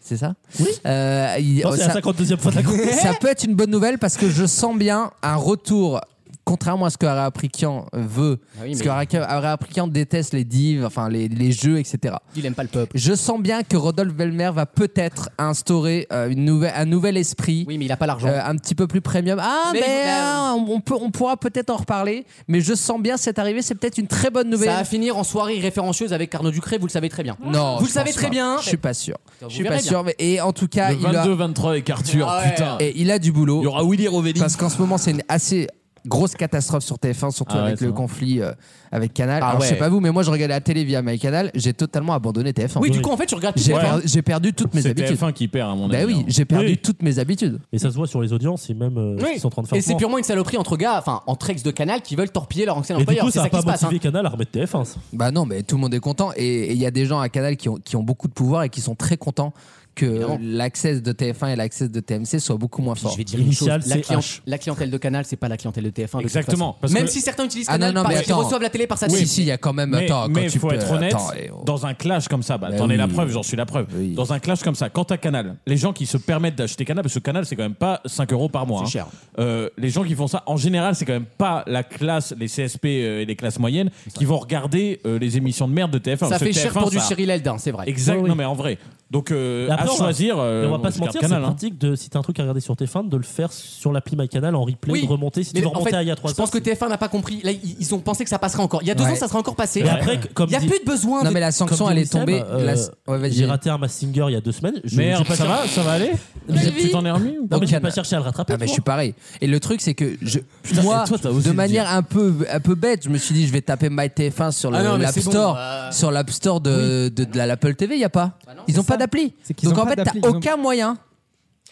Speaker 8: c'est ça
Speaker 7: Oui.
Speaker 8: Euh, il-
Speaker 7: Non, c'est
Speaker 8: ça-
Speaker 7: la 52e fois d'un coup.
Speaker 8: ça peut être une bonne nouvelle parce que je sens bien un retour. Contrairement à ce que Araprikian veut,
Speaker 3: Ah oui,
Speaker 8: parce
Speaker 3: mais-
Speaker 8: que Ara- Araprikian déteste les divs, enfin les, les jeux, etc.
Speaker 3: Il aime pas le peuple.
Speaker 8: Je sens bien que Rodolphe Belmer va peut-être instaurer euh, une nouvelle, un nouvel esprit.
Speaker 3: Oui, mais il a pas l'argent.
Speaker 8: euh, un petit peu plus premium. Ah, mais,
Speaker 3: Mais-
Speaker 8: euh, on, peut, on pourra peut-être en reparler. Mais je sens bien cette arrivée, c'est peut-être une très bonne nouvelle. Mmh.
Speaker 3: Ça va finir en soirée référentieuse avec Arnaud Ducré, vous le savez très bien.
Speaker 8: Non,
Speaker 3: Vous le
Speaker 8: je
Speaker 3: savez
Speaker 8: pense
Speaker 3: très
Speaker 8: pas.
Speaker 3: bien.
Speaker 8: Je suis pas sûr.
Speaker 3: Vous
Speaker 8: Je suis
Speaker 3: verrez
Speaker 8: pas
Speaker 3: bien.
Speaker 8: sûr. Mais, et en tout cas,
Speaker 1: Le
Speaker 8: Ah, il a.
Speaker 1: 22-23 avec Arthur,
Speaker 3: Ah ouais.
Speaker 1: putain.
Speaker 8: Et il a du boulot.
Speaker 1: Il y aura Willy Rovelli.
Speaker 8: Parce qu'en ce moment, c'est une assez grosse catastrophe sur TF1, surtout
Speaker 1: Ah ouais,
Speaker 8: avec
Speaker 1: ça
Speaker 8: le
Speaker 1: va.
Speaker 8: conflit euh, avec Canal.
Speaker 3: Ah
Speaker 8: Alors, je sais
Speaker 3: ouais.
Speaker 8: pas vous, mais moi, je regardais la télé via MyCanal. J'ai totalement abandonné TF1.
Speaker 3: Oui, du coup, en fait, tu regardes
Speaker 8: j'ai,
Speaker 3: plus
Speaker 8: per- j'ai perdu toutes mes
Speaker 1: C'est
Speaker 8: habitudes.
Speaker 1: TF1 qui perd, à mon
Speaker 8: Bah
Speaker 1: avis.
Speaker 8: oui,
Speaker 1: hein.
Speaker 8: j'ai perdu
Speaker 7: Oui.
Speaker 8: toutes mes habitudes.
Speaker 7: Et ça se voit sur les audiences et même euh, ce qu'ils sont en train de faire.
Speaker 3: Et c'est
Speaker 7: maintenant.
Speaker 3: purement une saloperie entre gars, enfin, entre ex de Canal qui veulent torpiller leur ancien
Speaker 7: Mais du
Speaker 3: employeur.
Speaker 7: coup,
Speaker 3: C'est ça
Speaker 7: ça n'a
Speaker 3: qui
Speaker 7: pas
Speaker 3: se passe. hein.
Speaker 7: motivé Canal à remettre TF1.
Speaker 8: Bah non, mais tout le monde est content. Et il y a des gens à Canal qui ont, qui ont beaucoup de pouvoir et qui sont très contents que
Speaker 3: Évidemment.
Speaker 8: l'accès de TF1 et l'accès de TMC soient beaucoup moins
Speaker 3: Puis
Speaker 8: forts.
Speaker 3: je vais dire une chose,
Speaker 7: Initial,
Speaker 3: la,
Speaker 7: c'est
Speaker 3: clien-
Speaker 7: H.
Speaker 3: la clientèle de Canal, c'est pas la clientèle de TF1. de toute
Speaker 1: Exactement,
Speaker 3: façon.
Speaker 1: parce
Speaker 3: Même
Speaker 1: que-
Speaker 3: si certains utilisent
Speaker 8: Ah
Speaker 3: Canal,
Speaker 8: non, non, mais
Speaker 3: parce qu'ils
Speaker 8: attends.
Speaker 3: reçoivent la télé par satellite.
Speaker 8: Si, si, il y a quand même.
Speaker 1: Mais
Speaker 8: attends, quand
Speaker 1: il
Speaker 8: tu
Speaker 1: faut
Speaker 8: peux-
Speaker 1: être honnête,
Speaker 8: attends, et- oh.
Speaker 1: dans un clash comme ça, bah,
Speaker 8: Bah
Speaker 1: t'en es la
Speaker 8: oui.
Speaker 1: preuve, j'en suis la preuve.
Speaker 8: Oui.
Speaker 1: Dans un clash comme ça, quand t'as Canal, les gens qui se permettent d'acheter Canal, parce que Canal c'est quand même pas 5 euros par mois.
Speaker 3: C'est
Speaker 1: hein.
Speaker 3: cher.
Speaker 1: Euh, les gens qui font ça, en général, c'est quand même pas la classe, les CSP euh, et les classes moyennes qui vont regarder euh, les émissions de merde de TF1.
Speaker 3: Ça
Speaker 1: parce que
Speaker 3: fait cher
Speaker 1: TF1,
Speaker 3: pour du
Speaker 1: ça-
Speaker 3: Cyril Eldin, c'est vrai.
Speaker 1: Exact,
Speaker 7: Oui, oui.
Speaker 1: non mais en vrai. Donc euh,
Speaker 7: Mais après,
Speaker 1: à
Speaker 7: on va-
Speaker 1: choisir,
Speaker 7: Mais
Speaker 1: euh,
Speaker 7: on va pas se
Speaker 1: regarde
Speaker 7: mentir, c'est
Speaker 1: Canal, hein.
Speaker 7: pratique de si t'as un truc à regarder sur TF1 de le faire sur l'appli MyCanal en replay, de remonter si tu
Speaker 3: mais
Speaker 7: veux
Speaker 3: en
Speaker 7: remonter
Speaker 3: fait,
Speaker 7: à il y a 3
Speaker 3: Je pense que TF1 n'a pas compris. Là, ils ils ont pensé que ça passerait encore. Il y a deux
Speaker 8: Ouais.
Speaker 3: ans, ça serait encore passé.
Speaker 7: Mais après, comme
Speaker 3: Il n'y a
Speaker 7: dit-
Speaker 3: plus de besoin.
Speaker 8: Non,
Speaker 3: de-
Speaker 8: mais la
Speaker 7: Comme
Speaker 8: sanction,
Speaker 7: dit
Speaker 8: elle est
Speaker 7: Wissem,
Speaker 8: tombée.
Speaker 7: euh,
Speaker 8: La- Ouais, vas-y.
Speaker 7: j'ai raté un Massinger il y a deux semaines. Je- j'ai
Speaker 1: Merde,
Speaker 7: pas
Speaker 1: ça
Speaker 7: cher-
Speaker 1: va, ça va aller
Speaker 7: Non, mais
Speaker 1: Tu t'en es remis ou pas
Speaker 7: Non, mais j'ai
Speaker 8: Canal.
Speaker 7: pas cherché à le rattraper.
Speaker 8: Ah mais je
Speaker 7: toi.
Speaker 8: suis pareil. Et le truc c'est que je, moi,
Speaker 7: et toi, t'as osé
Speaker 8: de
Speaker 7: le
Speaker 8: manière un peu, un peu bête, je me suis dit je vais taper MyTF1 sur le-
Speaker 3: Ah non, mais
Speaker 8: l'App
Speaker 3: c'est bon,
Speaker 8: Store,
Speaker 3: bah.
Speaker 8: sur l'App Store de, de, de la- l'Apple TV, il y a pas. ils ont pas d'appli.
Speaker 4: C'est qu'ils
Speaker 8: Donc
Speaker 4: ont
Speaker 8: en
Speaker 4: pas
Speaker 8: fait
Speaker 4: d'appli,
Speaker 8: t'as
Speaker 4: ils ont-
Speaker 8: aucun moyen.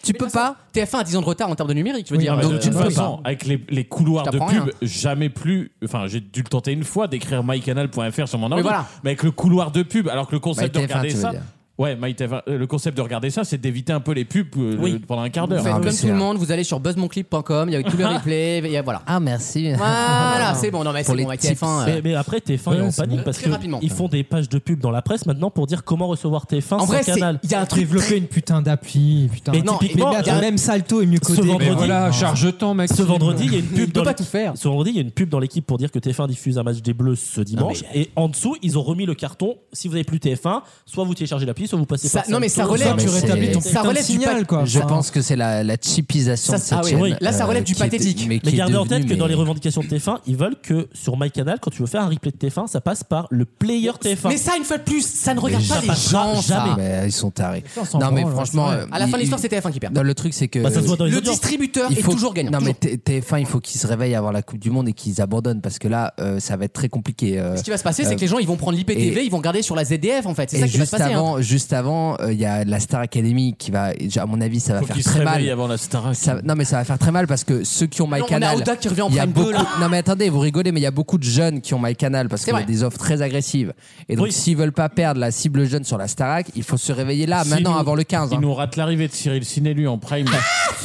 Speaker 8: Tu peux pas.
Speaker 3: TF1 a 10 ans de retard en termes de numérique, tu veux
Speaker 4: Oui,
Speaker 3: dire.
Speaker 4: non, mais
Speaker 1: De
Speaker 3: Donc,
Speaker 4: de-
Speaker 3: tu ne
Speaker 1: toute
Speaker 4: peux
Speaker 1: façon, Euh, avec les, les couloirs
Speaker 3: Je
Speaker 1: de pub,
Speaker 3: t'apprends rien.
Speaker 1: jamais plus. Enfin, j'ai dû le tenter une fois d'écrire mycanal.fr sur mon ordi.
Speaker 3: voilà.
Speaker 1: Mais avec le couloir de pub, alors que le concept de
Speaker 8: MyTF1,
Speaker 1: regarder
Speaker 8: tu veux
Speaker 1: ça.
Speaker 8: dire.
Speaker 1: Ouais, MyTF1, euh, le concept de regarder ça, c'est d'éviter un peu les pubs euh,
Speaker 7: Oui.
Speaker 1: le- pendant un quart
Speaker 3: Vous
Speaker 1: d'heure.
Speaker 3: faites
Speaker 8: Ah, mais
Speaker 3: comme
Speaker 8: c'est
Speaker 3: tout le
Speaker 8: un-
Speaker 3: monde, vous allez sur buzzmonclip.com, il y a tout le replay, et voilà.
Speaker 8: Ah merci.
Speaker 3: Voilà, c'est bon, non mais
Speaker 8: Pour
Speaker 3: c'est
Speaker 8: les
Speaker 3: bon, avec
Speaker 8: tips.
Speaker 3: TF1. euh,
Speaker 7: Mais, mais après TF1 est en panique parce
Speaker 3: Très rapidement.
Speaker 7: qu'ils font des pages de pub dans la presse maintenant pour dire comment recevoir TF1
Speaker 3: En
Speaker 7: sur
Speaker 3: vrai, c'est-
Speaker 7: Canal.
Speaker 3: il y a un truc.
Speaker 4: Développer une putain d'appli, putain.
Speaker 7: Mais
Speaker 3: non,
Speaker 7: typiquement,
Speaker 4: Mais
Speaker 3: il y a-
Speaker 4: attends, même Salto est mieux
Speaker 7: Ce
Speaker 4: codé.
Speaker 7: vendredi-
Speaker 4: Mais
Speaker 7: Voilà,
Speaker 4: non.
Speaker 6: charge-temps, mec.
Speaker 7: Ce vendredi, il y a une
Speaker 3: Il
Speaker 7: pub
Speaker 3: peut
Speaker 7: dans
Speaker 3: pas
Speaker 7: l'équipe-
Speaker 3: tout faire.
Speaker 7: Ce vendredi, il y a une pub dans l'équipe pour dire que TF1 diffuse un match des Bleus ce dimanche. Et en dessous, ils ont remis le carton. Si vous n'avez plus TF1, soit vous téléchargez l'appli, soit vous passez
Speaker 3: Ça-
Speaker 7: par
Speaker 3: non mais ça
Speaker 7: Salto,
Speaker 3: relève,
Speaker 7: soit-
Speaker 8: mais
Speaker 4: tu
Speaker 8: c'est-
Speaker 4: rétablis ton
Speaker 3: ça
Speaker 4: putain de
Speaker 3: relève du
Speaker 4: signal
Speaker 3: pat-
Speaker 4: quoi.
Speaker 8: Je
Speaker 4: Enfin,
Speaker 8: pense que c'est la, la chipisation
Speaker 3: hein. Ça,
Speaker 8: de cette
Speaker 3: ah oui,
Speaker 8: chaîne. Euh,
Speaker 7: oui.
Speaker 3: Là, ça relève du
Speaker 8: qui est-
Speaker 3: pathétique.
Speaker 8: mais
Speaker 7: Mais
Speaker 8: qui est
Speaker 7: gardez en tête
Speaker 8: devenue,
Speaker 7: que dans
Speaker 8: mais-
Speaker 7: les revendications de TF1, ils veulent que sur MyCanal, quand tu veux faire un replay de TF1, ça passe par le player TF1.
Speaker 3: Mais ça, une fois de plus, ça ne regarde pas
Speaker 7: ça
Speaker 3: les
Speaker 7: passera
Speaker 3: gens. ça.
Speaker 7: jamais.
Speaker 8: Mais ils sont tarés.
Speaker 4: Ça, on s'en
Speaker 8: Non mais
Speaker 4: branle, ouais,
Speaker 8: franchement,
Speaker 4: c'est vrai.
Speaker 8: euh,
Speaker 3: À la fin de
Speaker 8: il-
Speaker 3: l'histoire, c'est TF1 qui perd.
Speaker 8: Non, le truc c'est que
Speaker 7: Bah, ça se voit dans les
Speaker 3: Le
Speaker 7: audiences.
Speaker 3: distributeur
Speaker 8: Il
Speaker 3: est
Speaker 8: faut-
Speaker 3: toujours gagnant.
Speaker 8: Non, mais
Speaker 3: toujours.
Speaker 8: T- TF1, il faut qu'ils se réveillent avant la Coupe du Monde et qu'ils abandonnent parce que là, euh, ça va être très compliqué. euh,
Speaker 3: Ce qui va se passer,
Speaker 8: Euh,
Speaker 3: c'est que les gens, ils vont prendre l'IPTV,
Speaker 8: et-
Speaker 3: ils vont regarder sur la ZDF en fait. C'est
Speaker 8: et
Speaker 3: ça qui va
Speaker 8: juste
Speaker 3: se passer. hein.
Speaker 8: avant, juste avant, euh, il y a la Star Academy qui va, à mon avis, ça va
Speaker 1: Faut
Speaker 8: faire
Speaker 1: qu'il se
Speaker 8: très mal.
Speaker 1: réveille avant la Starac.
Speaker 8: Ça- non mais ça va faire très mal parce que ceux qui ont
Speaker 1: Non, on a
Speaker 8: MyCanal,
Speaker 1: Oda qui revient en
Speaker 8: il y a
Speaker 1: Prime 2,
Speaker 8: beaucoup.
Speaker 1: là.
Speaker 8: Non mais attendez, vous rigolez, mais il y a beaucoup de jeunes qui ont MyCanal parce
Speaker 1: C'est
Speaker 8: qu'il y a
Speaker 1: vrai.
Speaker 8: des offres très agressives. Et donc s'ils veulent pas perdre la cible jeune sur la Starac, il faut se réveiller là,
Speaker 1: S'il
Speaker 8: maintenant,
Speaker 1: nous-
Speaker 8: avant le 15.
Speaker 1: Il
Speaker 8: hein.
Speaker 1: nous rate l'arrivée de Cyril Ciné, lui, en
Speaker 8: [LAUGHS]
Speaker 1: prime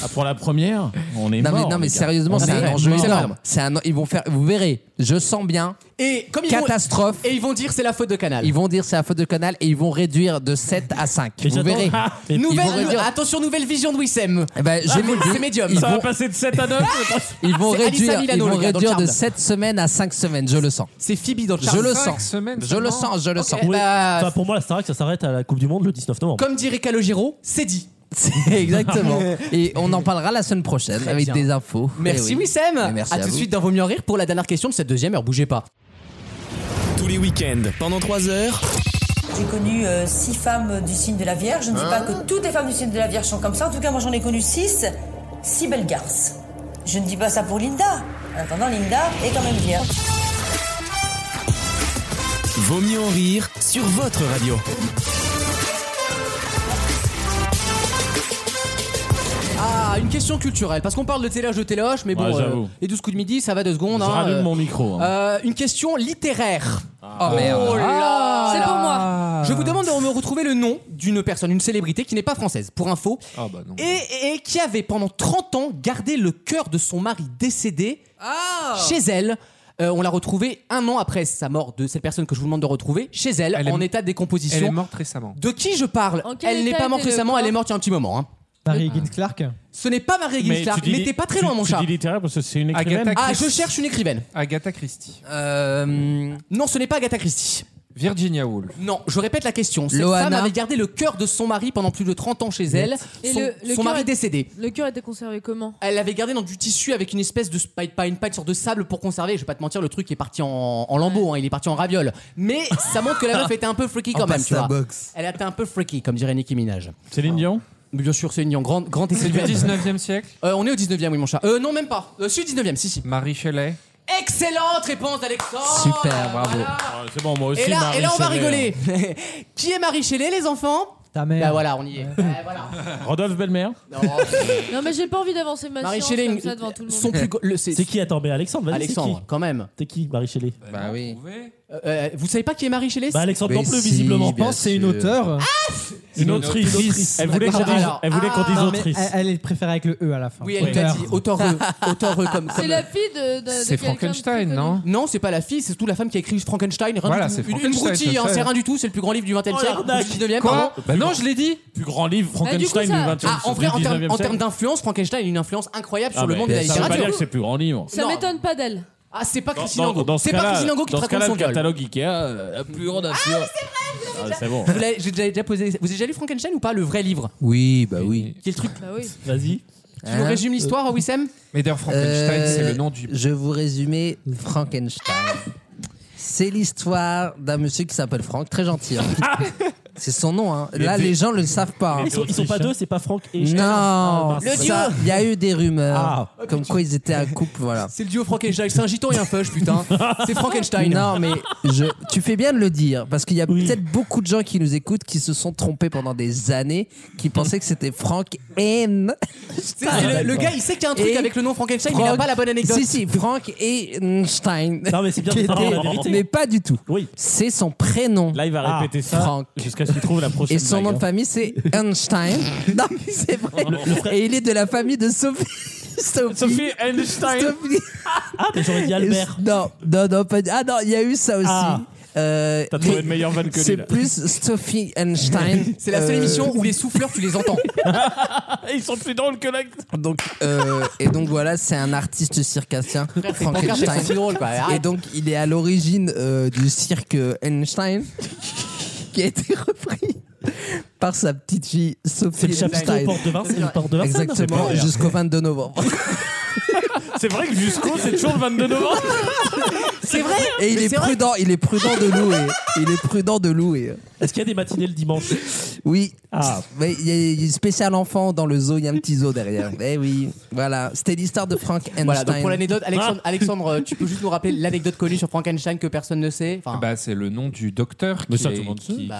Speaker 1: Ah, pour la première. On est
Speaker 8: Non mais,
Speaker 1: mort,
Speaker 8: non, mais
Speaker 1: les gars.
Speaker 8: sérieusement,
Speaker 1: On
Speaker 8: c'est
Speaker 1: est
Speaker 8: un enjeu
Speaker 1: mort.
Speaker 8: énorme. C'est un, ils vont faire, vous verrez, je sens bien.
Speaker 3: Et comme ils vont-
Speaker 8: catastrophe.
Speaker 3: et ils vont dire c'est la faute de Canal.
Speaker 8: Ils vont dire c'est la faute de Canal et ils vont réduire de 7 à 5. vous
Speaker 3: j'attends-
Speaker 8: verrez. Ils vont
Speaker 3: Ah, Nouvelle,
Speaker 8: réduire-
Speaker 3: attention, nouvelle vision de Wissem.
Speaker 8: Eh ben, je vous le dis,
Speaker 3: c'est médium.
Speaker 8: ils Ça va vont-
Speaker 1: passer de 7 à 9.
Speaker 8: Ils vont
Speaker 3: C'est Alyssa
Speaker 8: réduire,
Speaker 3: Milano,
Speaker 8: ils vont
Speaker 3: le gars, dans le
Speaker 8: réduire
Speaker 3: charme.
Speaker 8: de 7 semaines à 5 semaines, je le sens.
Speaker 3: C'est Phoebe dans le
Speaker 8: Je
Speaker 3: charme.
Speaker 8: le
Speaker 3: Cinq
Speaker 8: sens.
Speaker 3: semaines
Speaker 8: Je
Speaker 3: seulement.
Speaker 8: le sens, je le
Speaker 3: Ok, [LAUGHS]
Speaker 8: sens. [LAUGHS]
Speaker 3: bah,
Speaker 7: Enfin, pour moi, la Starac, ça s'arrête à la Coupe du Monde le 19 novembre.
Speaker 3: Comme dirait Calogero, c'est dit.
Speaker 8: Exactement. Et on en parlera la semaine prochaine
Speaker 3: Très
Speaker 8: avec
Speaker 3: bien.
Speaker 8: des infos.
Speaker 3: Merci
Speaker 8: Eh oui.
Speaker 3: Wissem.
Speaker 8: Et merci
Speaker 3: à,
Speaker 8: à
Speaker 3: tout de
Speaker 8: vous.
Speaker 3: suite dans Vos mieux en rire pour la dernière question de cette deuxième heure. Bougez pas.
Speaker 9: Tous les week-ends, pendant 3 heures.
Speaker 14: J'ai connu euh, six femmes du signe de la Vierge. Je ne dis
Speaker 9: Hein
Speaker 14: pas que toutes les femmes du signe de la Vierge sont comme ça. En tout cas, moi, j'en ai connu six. Six belles garces. Je ne dis pas ça pour Linda. En attendant, Linda est quand même vierge.
Speaker 9: Vaut mieux en rire sur votre radio.
Speaker 3: Ah, une question culturelle, parce qu'on parle de téloche, de téloche, mais bon,
Speaker 1: Ouais,
Speaker 3: euh,
Speaker 1: j'avoue.
Speaker 3: les 12 coups de midi, ça va deux secondes.
Speaker 1: Je
Speaker 3: hein,
Speaker 1: rallume
Speaker 3: euh,
Speaker 1: mon micro, hein.
Speaker 3: euh, une question littéraire.
Speaker 1: Oh, merde.
Speaker 3: là
Speaker 5: C'est pour
Speaker 3: là.
Speaker 8: Ah.
Speaker 5: moi.
Speaker 3: Je vous demande de me retrouver le nom d'une personne, une célébrité qui n'est pas française, pour info,
Speaker 6: Ah bah non.
Speaker 3: et, et qui avait pendant 30 ans gardé le cœur de son mari décédé
Speaker 5: Oh.
Speaker 3: chez elle. Euh, on l'a retrouvée un an après sa mort de cette personne que je vous demande de retrouver chez elle,
Speaker 6: Elle est-
Speaker 3: en état de décomposition.
Speaker 6: Elle est morte récemment.
Speaker 3: De qui je parle
Speaker 5: En quel
Speaker 3: Elle n'est
Speaker 5: état
Speaker 3: pas
Speaker 5: était
Speaker 3: morte
Speaker 5: le
Speaker 3: récemment,
Speaker 5: corps
Speaker 3: elle est morte il y a un petit moment. hein.
Speaker 4: Marie Higgins Clark.
Speaker 3: Ce n'est pas Marie
Speaker 1: Mais
Speaker 3: Higgins
Speaker 1: tu
Speaker 3: Clark,
Speaker 1: dis-
Speaker 3: mais t'es pas très loin,
Speaker 1: tu-
Speaker 3: mon
Speaker 1: tu
Speaker 3: chat.
Speaker 1: dis littéraire parce que c'est une écrivaine.
Speaker 3: Ah, je cherche une écrivaine.
Speaker 6: Agatha Christie.
Speaker 5: Euh,
Speaker 3: Non, ce n'est pas Agatha Christie.
Speaker 6: Virginia Woolf.
Speaker 3: Non, je répète la question. Cette
Speaker 6: Loana.
Speaker 3: femme avait gardé le cœur de son mari pendant plus de 30 ans chez elle.
Speaker 5: Et
Speaker 3: son
Speaker 5: le- le
Speaker 3: son
Speaker 5: cœur
Speaker 3: mari
Speaker 5: est-
Speaker 3: décédé.
Speaker 5: Le cœur était conservé comment
Speaker 3: Elle l'avait gardé dans du tissu avec une espèce de spi- pas une paille, une sorte de sable pour conserver. Je vais pas te mentir, le truc est parti en, en lambeaux, hein, il est parti en raviole. Mais ça montre que la meuf était un peu freaky
Speaker 8: En
Speaker 3: quand même,
Speaker 8: passe
Speaker 3: tu
Speaker 8: la
Speaker 3: vois.
Speaker 8: box.
Speaker 3: Elle était un peu freaky, comme dirait Nicki Minaj.
Speaker 1: Céline Dion
Speaker 3: Bien sûr, Céline Dion, grande grand
Speaker 6: C'est du 19e siècle
Speaker 3: Euh, On est au 19e, oui, mon chat. Euh, non, même pas. Euh, si, 19e, si, si.
Speaker 6: Marie Shelley.
Speaker 3: Excellente réponse d'Alexandre
Speaker 6: Super, bravo.
Speaker 1: C'est bon, moi aussi.
Speaker 3: et, là,
Speaker 1: Marie
Speaker 3: et là, on va
Speaker 1: Chalet,
Speaker 3: rigoler. [LAUGHS] Qui est Marie Shelley, les enfants
Speaker 4: Ta mère.
Speaker 3: Bah voilà, on y est.
Speaker 1: hein. Rodolphe Belmer.
Speaker 5: Non, mais j'ai pas envie d'avancer ma
Speaker 3: Marie
Speaker 5: science
Speaker 3: Shelley,
Speaker 5: comme ça devant tout le monde.
Speaker 3: son plus gros- le-
Speaker 7: C'est qui Attends, mais Alexandre, vas-y.
Speaker 3: Alexandre, quand même.
Speaker 7: T'es qui, Marie Shelley
Speaker 8: Bah oui.
Speaker 3: Euh, euh, vous savez pas qui est Marie Shelley
Speaker 7: Bah, Alexandre non plus, visiblement.
Speaker 4: Je pense que c'est une auteure.
Speaker 7: Une autrice. Elle voulait qu'on dise, elle voulait qu'on dise
Speaker 4: Non, mais
Speaker 7: autrice.
Speaker 4: elle- Elle est préférée avec le E à la fin.
Speaker 3: Oui, elle t'a dit auteur auteur
Speaker 8: [LAUGHS]
Speaker 3: comme.
Speaker 5: C'est la fille de. de- de quelqu'un de très connu.
Speaker 3: Non, c'est pas la fille, c'est surtout la femme qui a écrit Frankenstein. Rien
Speaker 6: Voilà,
Speaker 3: du tout.
Speaker 6: c'est
Speaker 3: Une- Une,
Speaker 6: Frankenstein,
Speaker 3: broutille,
Speaker 6: tout à
Speaker 3: hein,
Speaker 6: fait.
Speaker 3: c'est rien du tout, c'est le plus grand livre du 20e
Speaker 6: Oh,
Speaker 3: siècle.
Speaker 6: l'arnaque.
Speaker 3: Du 19e,
Speaker 6: Quoi
Speaker 3: pardon.
Speaker 6: Bah non, je l'ai dit.
Speaker 1: Plus grand livre, Frankenstein
Speaker 5: Bah,
Speaker 1: du
Speaker 5: du
Speaker 1: 20
Speaker 5: coup, ça-
Speaker 3: Ah, en vrai, en termes
Speaker 1: 19e
Speaker 3: en
Speaker 1: siècle.
Speaker 3: termes d'influence, Frankenstein a une influence incroyable
Speaker 1: Ah,
Speaker 3: sur le
Speaker 1: mais
Speaker 3: monde de la
Speaker 1: ça veut pas dire
Speaker 3: littérature.
Speaker 1: que c'est plus grand livre.
Speaker 5: Ça
Speaker 3: Non.
Speaker 5: m'étonne pas d'elle.
Speaker 3: Ah, c'est pas Christine
Speaker 1: Dans-
Speaker 3: Angot.
Speaker 1: dans ce
Speaker 3: C'est pas
Speaker 1: cas-là-
Speaker 3: Christine Angot qui
Speaker 1: dans
Speaker 3: te
Speaker 1: ce
Speaker 3: raconte
Speaker 1: cas-là,
Speaker 3: son
Speaker 1: le
Speaker 3: viol.
Speaker 1: catalogue Ikea, euh, la plus grande influence. Ah, c'est bon.
Speaker 3: Vous l'avez- j'ai déjà- déjà posé. Vous avez déjà lu Frankenstein ou pas le vrai livre
Speaker 8: Oui, bah oui.
Speaker 3: Qui est le truc
Speaker 5: Bah oui.
Speaker 7: Vas-y.
Speaker 3: Tu nous résumes l'histoire, Wissem
Speaker 6: Mais d'ailleurs, Frankenstein, c'est
Speaker 3: Euh,
Speaker 6: le nom du.
Speaker 8: Euh, Je vous résumer Frankenstein. C'est l'histoire d'un monsieur qui s'appelle Franck, très gentil. hein. C'est son nom. hein.
Speaker 7: Les
Speaker 8: Là,
Speaker 7: deux-
Speaker 8: les gens ne le savent pas. hein.
Speaker 7: Ils sont, ils sont pas deux, c'est pas Franck et Ah, bah,
Speaker 8: Non,
Speaker 7: Le
Speaker 8: ça, il y a eu des rumeurs
Speaker 7: ben, Ah.
Speaker 8: comme quoi ils étaient un couple, voilà.
Speaker 3: C'est le duo Frankenstein. C'est un gitan et un feuge, putain. C'est Frankenstein.
Speaker 8: Non, mais je, tu fais bien de le dire parce qu'il y a peut-être beaucoup de gens qui nous écoutent qui se sont trompés pendant des années, qui pensaient que c'était Frank N.
Speaker 3: C'est- c'est le, le gars, il sait qu'il y a un truc
Speaker 8: Ah, Et
Speaker 3: avec le nom Frankenstein, mais il n'a
Speaker 8: Frank-
Speaker 3: pas la bonne anecdote.
Speaker 8: Si, si, Frank Einstein.
Speaker 7: Non, mais c'est bien
Speaker 8: [LAUGHS] Qui
Speaker 7: de parler
Speaker 8: était-
Speaker 7: la vérité.
Speaker 8: Mais pas du tout.
Speaker 7: Oui.
Speaker 8: C'est son prénom.
Speaker 7: Là, il va
Speaker 8: Ah,
Speaker 7: répéter ça
Speaker 8: Franck.
Speaker 7: jusqu'à ce qu'il trouve la prochaine.
Speaker 8: Et son nom
Speaker 7: blague,
Speaker 8: de
Speaker 7: hein. [LAUGHS]
Speaker 8: famille, c'est Einstein. non, mais c'est vrai.
Speaker 7: Le- le frère-
Speaker 8: Et il est de la famille de Sophie. [LAUGHS] Sophie,
Speaker 1: Sophie Einstein.
Speaker 8: Sophie.
Speaker 7: Ah, mais j'aurais dit Albert.
Speaker 8: Et- Non, non, non, pas du- Ah non, il y a eu ça aussi.
Speaker 7: Ah.
Speaker 8: Euh,
Speaker 1: T'as trouvé
Speaker 8: mais
Speaker 1: une meilleure vanne que lui,
Speaker 8: C'est
Speaker 1: là.
Speaker 8: plus Sophie Einstein.
Speaker 3: [LAUGHS] C'est la seule
Speaker 8: Euh,
Speaker 3: émission où les souffleurs, tu les entends.
Speaker 1: Ils sont plus drôles que la.
Speaker 8: [LAUGHS] Donc, euh, et donc voilà, c'est un artiste circassien,
Speaker 3: C'est pancarte, elles sont si
Speaker 8: Frankenstein.
Speaker 3: drôles, quoi.
Speaker 8: Et
Speaker 3: Arrête.
Speaker 8: donc, il est à l'origine euh, du cirque Einstein, [LAUGHS] qui a été repris par sa petite fille
Speaker 7: C'est
Speaker 8: Sophie
Speaker 7: le chapiteau
Speaker 8: Einstein.
Speaker 7: porte de Vincennes. c'est le porte de Vincennes.
Speaker 8: Exactement, jusqu'au 22 novembre.
Speaker 1: C'est vrai que jusqu'au, c'est toujours le 22 novembre.
Speaker 2: C'est vrai
Speaker 8: Et il
Speaker 2: Mais
Speaker 8: est
Speaker 2: c'est vrai.
Speaker 8: prudent, il est prudent de louer. Il est prudent de louer.
Speaker 7: Est-ce qu'il y a des matinées le dimanche
Speaker 8: Oui.
Speaker 7: Ah.
Speaker 8: Mais il y a- il y a une spéciale enfant dans le zoo, il y a un petit zoo derrière. Eh oui. Voilà. C'était l'histoire de Frank Einstein. Ah.
Speaker 3: Voilà, donc pour l'anecdote, Alexandre, Alexandre, euh, tu peux juste nous rappeler l'anecdote connue sur Frankenstein que personne ne sait Enfin, bah,
Speaker 6: Bah, c'est le nom du docteur qui,
Speaker 3: ça, tout
Speaker 6: est-
Speaker 3: le monde
Speaker 6: qui, qui- qui
Speaker 3: dans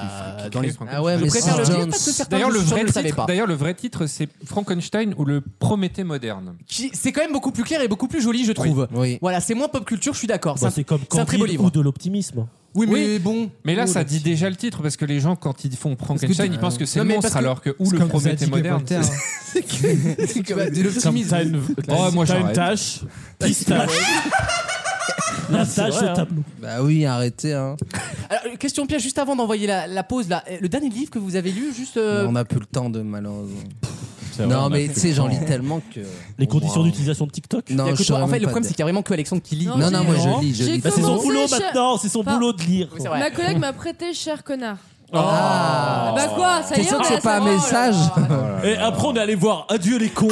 Speaker 6: crée
Speaker 3: les-
Speaker 6: Frankenstein.
Speaker 3: Ah ouais, mais Je préfère Sir le dire Jones. parce que certains
Speaker 6: D'ailleurs, le
Speaker 3: sur-
Speaker 6: vrai
Speaker 3: ne le savaient
Speaker 6: titre-
Speaker 3: pas.
Speaker 6: D'ailleurs, le vrai titre, c'est Frankenstein ou le Prométhée moderne.
Speaker 3: qui- c'est quand même beaucoup plus clair et beaucoup plus joli, je trouve. Voilà, c'est moins pop culture, je suis d'accord.
Speaker 6: Bah,
Speaker 3: un-
Speaker 6: c'est comme
Speaker 3: un très beau
Speaker 6: Candide
Speaker 3: livre.
Speaker 6: ou
Speaker 7: de l'optimisme.
Speaker 3: Oui, mais bon.
Speaker 6: Mais là,
Speaker 3: Oh,
Speaker 6: ça
Speaker 3: là.
Speaker 6: dit déjà le titre parce que les gens, quand ils font Frankenstein,
Speaker 3: tu-
Speaker 6: ils pensent que c'est
Speaker 3: Non,
Speaker 6: le
Speaker 3: mais
Speaker 6: monstre,
Speaker 3: parce que-
Speaker 6: alors que ou
Speaker 3: c'est
Speaker 6: le
Speaker 3: comme
Speaker 6: Prométhée
Speaker 3: Zadig et
Speaker 6: moderne.
Speaker 3: Voltaire.
Speaker 6: [LAUGHS] de l'optimisme.
Speaker 1: T'as une,
Speaker 6: Oh, moi,
Speaker 1: t'as une
Speaker 6: j'arrête.
Speaker 1: tâche. Piste
Speaker 8: La
Speaker 1: tâche au tableau.
Speaker 8: Bah oui, arrêtez. Hein.
Speaker 3: Alors, euh, question piège, juste avant d'envoyer la, la pause, là, euh, le dernier livre que vous avez lu, juste. euh,
Speaker 8: On n'a plus le temps de malheureusement.
Speaker 7: C'est vrai,
Speaker 8: non,
Speaker 7: on a
Speaker 8: mais
Speaker 7: plus
Speaker 8: tu sais,
Speaker 7: le
Speaker 8: j'en
Speaker 7: temps.
Speaker 8: lis tellement que.
Speaker 7: Les conditions
Speaker 8: Wow.
Speaker 7: d'utilisation de TikTok
Speaker 8: Non,
Speaker 3: il y a que toi.
Speaker 8: je saurais
Speaker 3: En fait,
Speaker 8: même
Speaker 3: le
Speaker 8: pas
Speaker 3: problème,
Speaker 8: te
Speaker 3: c'est qu'il y a vraiment que Alexandre qui lit.
Speaker 8: Non, Non, non, moi, je lis, je
Speaker 7: J'ai
Speaker 8: lis.
Speaker 7: Bah, c'est son
Speaker 5: commencé,
Speaker 7: boulot
Speaker 5: cher-
Speaker 7: maintenant, c'est son
Speaker 5: Pas-
Speaker 7: boulot de lire.
Speaker 5: Ma collègue m'a prêté cher connard.
Speaker 7: Ah.
Speaker 5: Bah quoi, ça y
Speaker 8: T'es
Speaker 5: est,
Speaker 8: sûr
Speaker 5: on
Speaker 8: que
Speaker 5: a la
Speaker 8: c'est pas un
Speaker 5: saveur.
Speaker 8: message
Speaker 7: Et
Speaker 1: Eh,
Speaker 7: après, on est allé voir Adieu les
Speaker 3: Ah
Speaker 7: cons.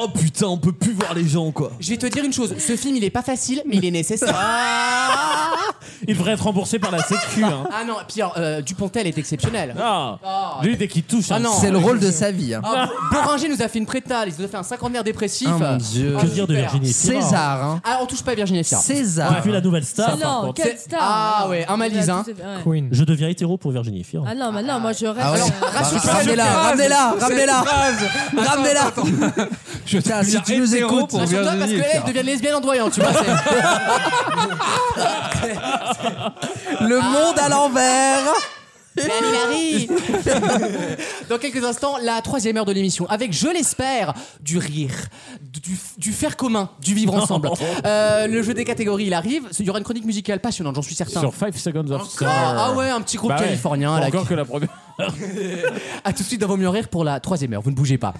Speaker 7: oh putain, on peut plus voir les gens quoi.
Speaker 3: Je vais te dire une chose, ce film il est pas facile, mais il est nécessaire.
Speaker 8: Ah.
Speaker 1: Il devrait être remboursé par la Sécu. Hein.
Speaker 3: Ah non, Pierre, euh, Dupontel est exceptionnel.
Speaker 1: Ah.
Speaker 3: [LAUGHS] Ah.
Speaker 1: Lui, dès qu'il touche,
Speaker 3: Ah
Speaker 1: hein,
Speaker 3: non.
Speaker 8: [LAUGHS] C'est le rôle de sa vie. hein.
Speaker 3: Ah, Boringer nous a fait une prétale, il nous a fait un cinquantenaire dépressif.
Speaker 8: Ah, mon Dieu.
Speaker 3: Ah,
Speaker 8: Que dire de
Speaker 3: super.
Speaker 8: Virginie Fira, César, hein.
Speaker 3: Ah, on touche pas à Virginie Fira.
Speaker 8: César. On a vu la
Speaker 7: nouvelle
Speaker 5: star, par Non, contre. quelle
Speaker 3: C'est-
Speaker 5: star.
Speaker 3: Ah ouais, un malise, hein.
Speaker 7: Queen. Je deviens hétéro pour Virginie Fira.
Speaker 5: Ah non, bah non, moi je reste.
Speaker 7: Ah ouais.
Speaker 5: euh,
Speaker 8: Bah, Ramenez-la, ramenez-la, ramenez-la. Ramenez-la. Putain, si tu nous écoutes,
Speaker 3: Ah, surtout parce qu'elle devient lesbienne en doyant, tu vois. c'est-
Speaker 1: [LAUGHS]
Speaker 8: le monde à l'envers.
Speaker 3: Marie, [LAUGHS] Marie. Dans quelques instants, la troisième heure de l'émission, avec, je l'espère, du rire, du, du faire commun,
Speaker 1: [LAUGHS]
Speaker 3: du vivre ensemble. Euh, le jeu des catégories, il arrive. Il y aura une chronique musicale passionnante, j'en suis certain.
Speaker 1: Sur 5 seconds of summer.
Speaker 3: Ah ouais, un petit groupe
Speaker 1: Bah ouais.
Speaker 3: californien. là,
Speaker 1: Encore
Speaker 3: qui-
Speaker 1: que la première.
Speaker 3: À tout de suite dans Vaut mieux en rire pour la troisième heure. Vous ne bougez pas.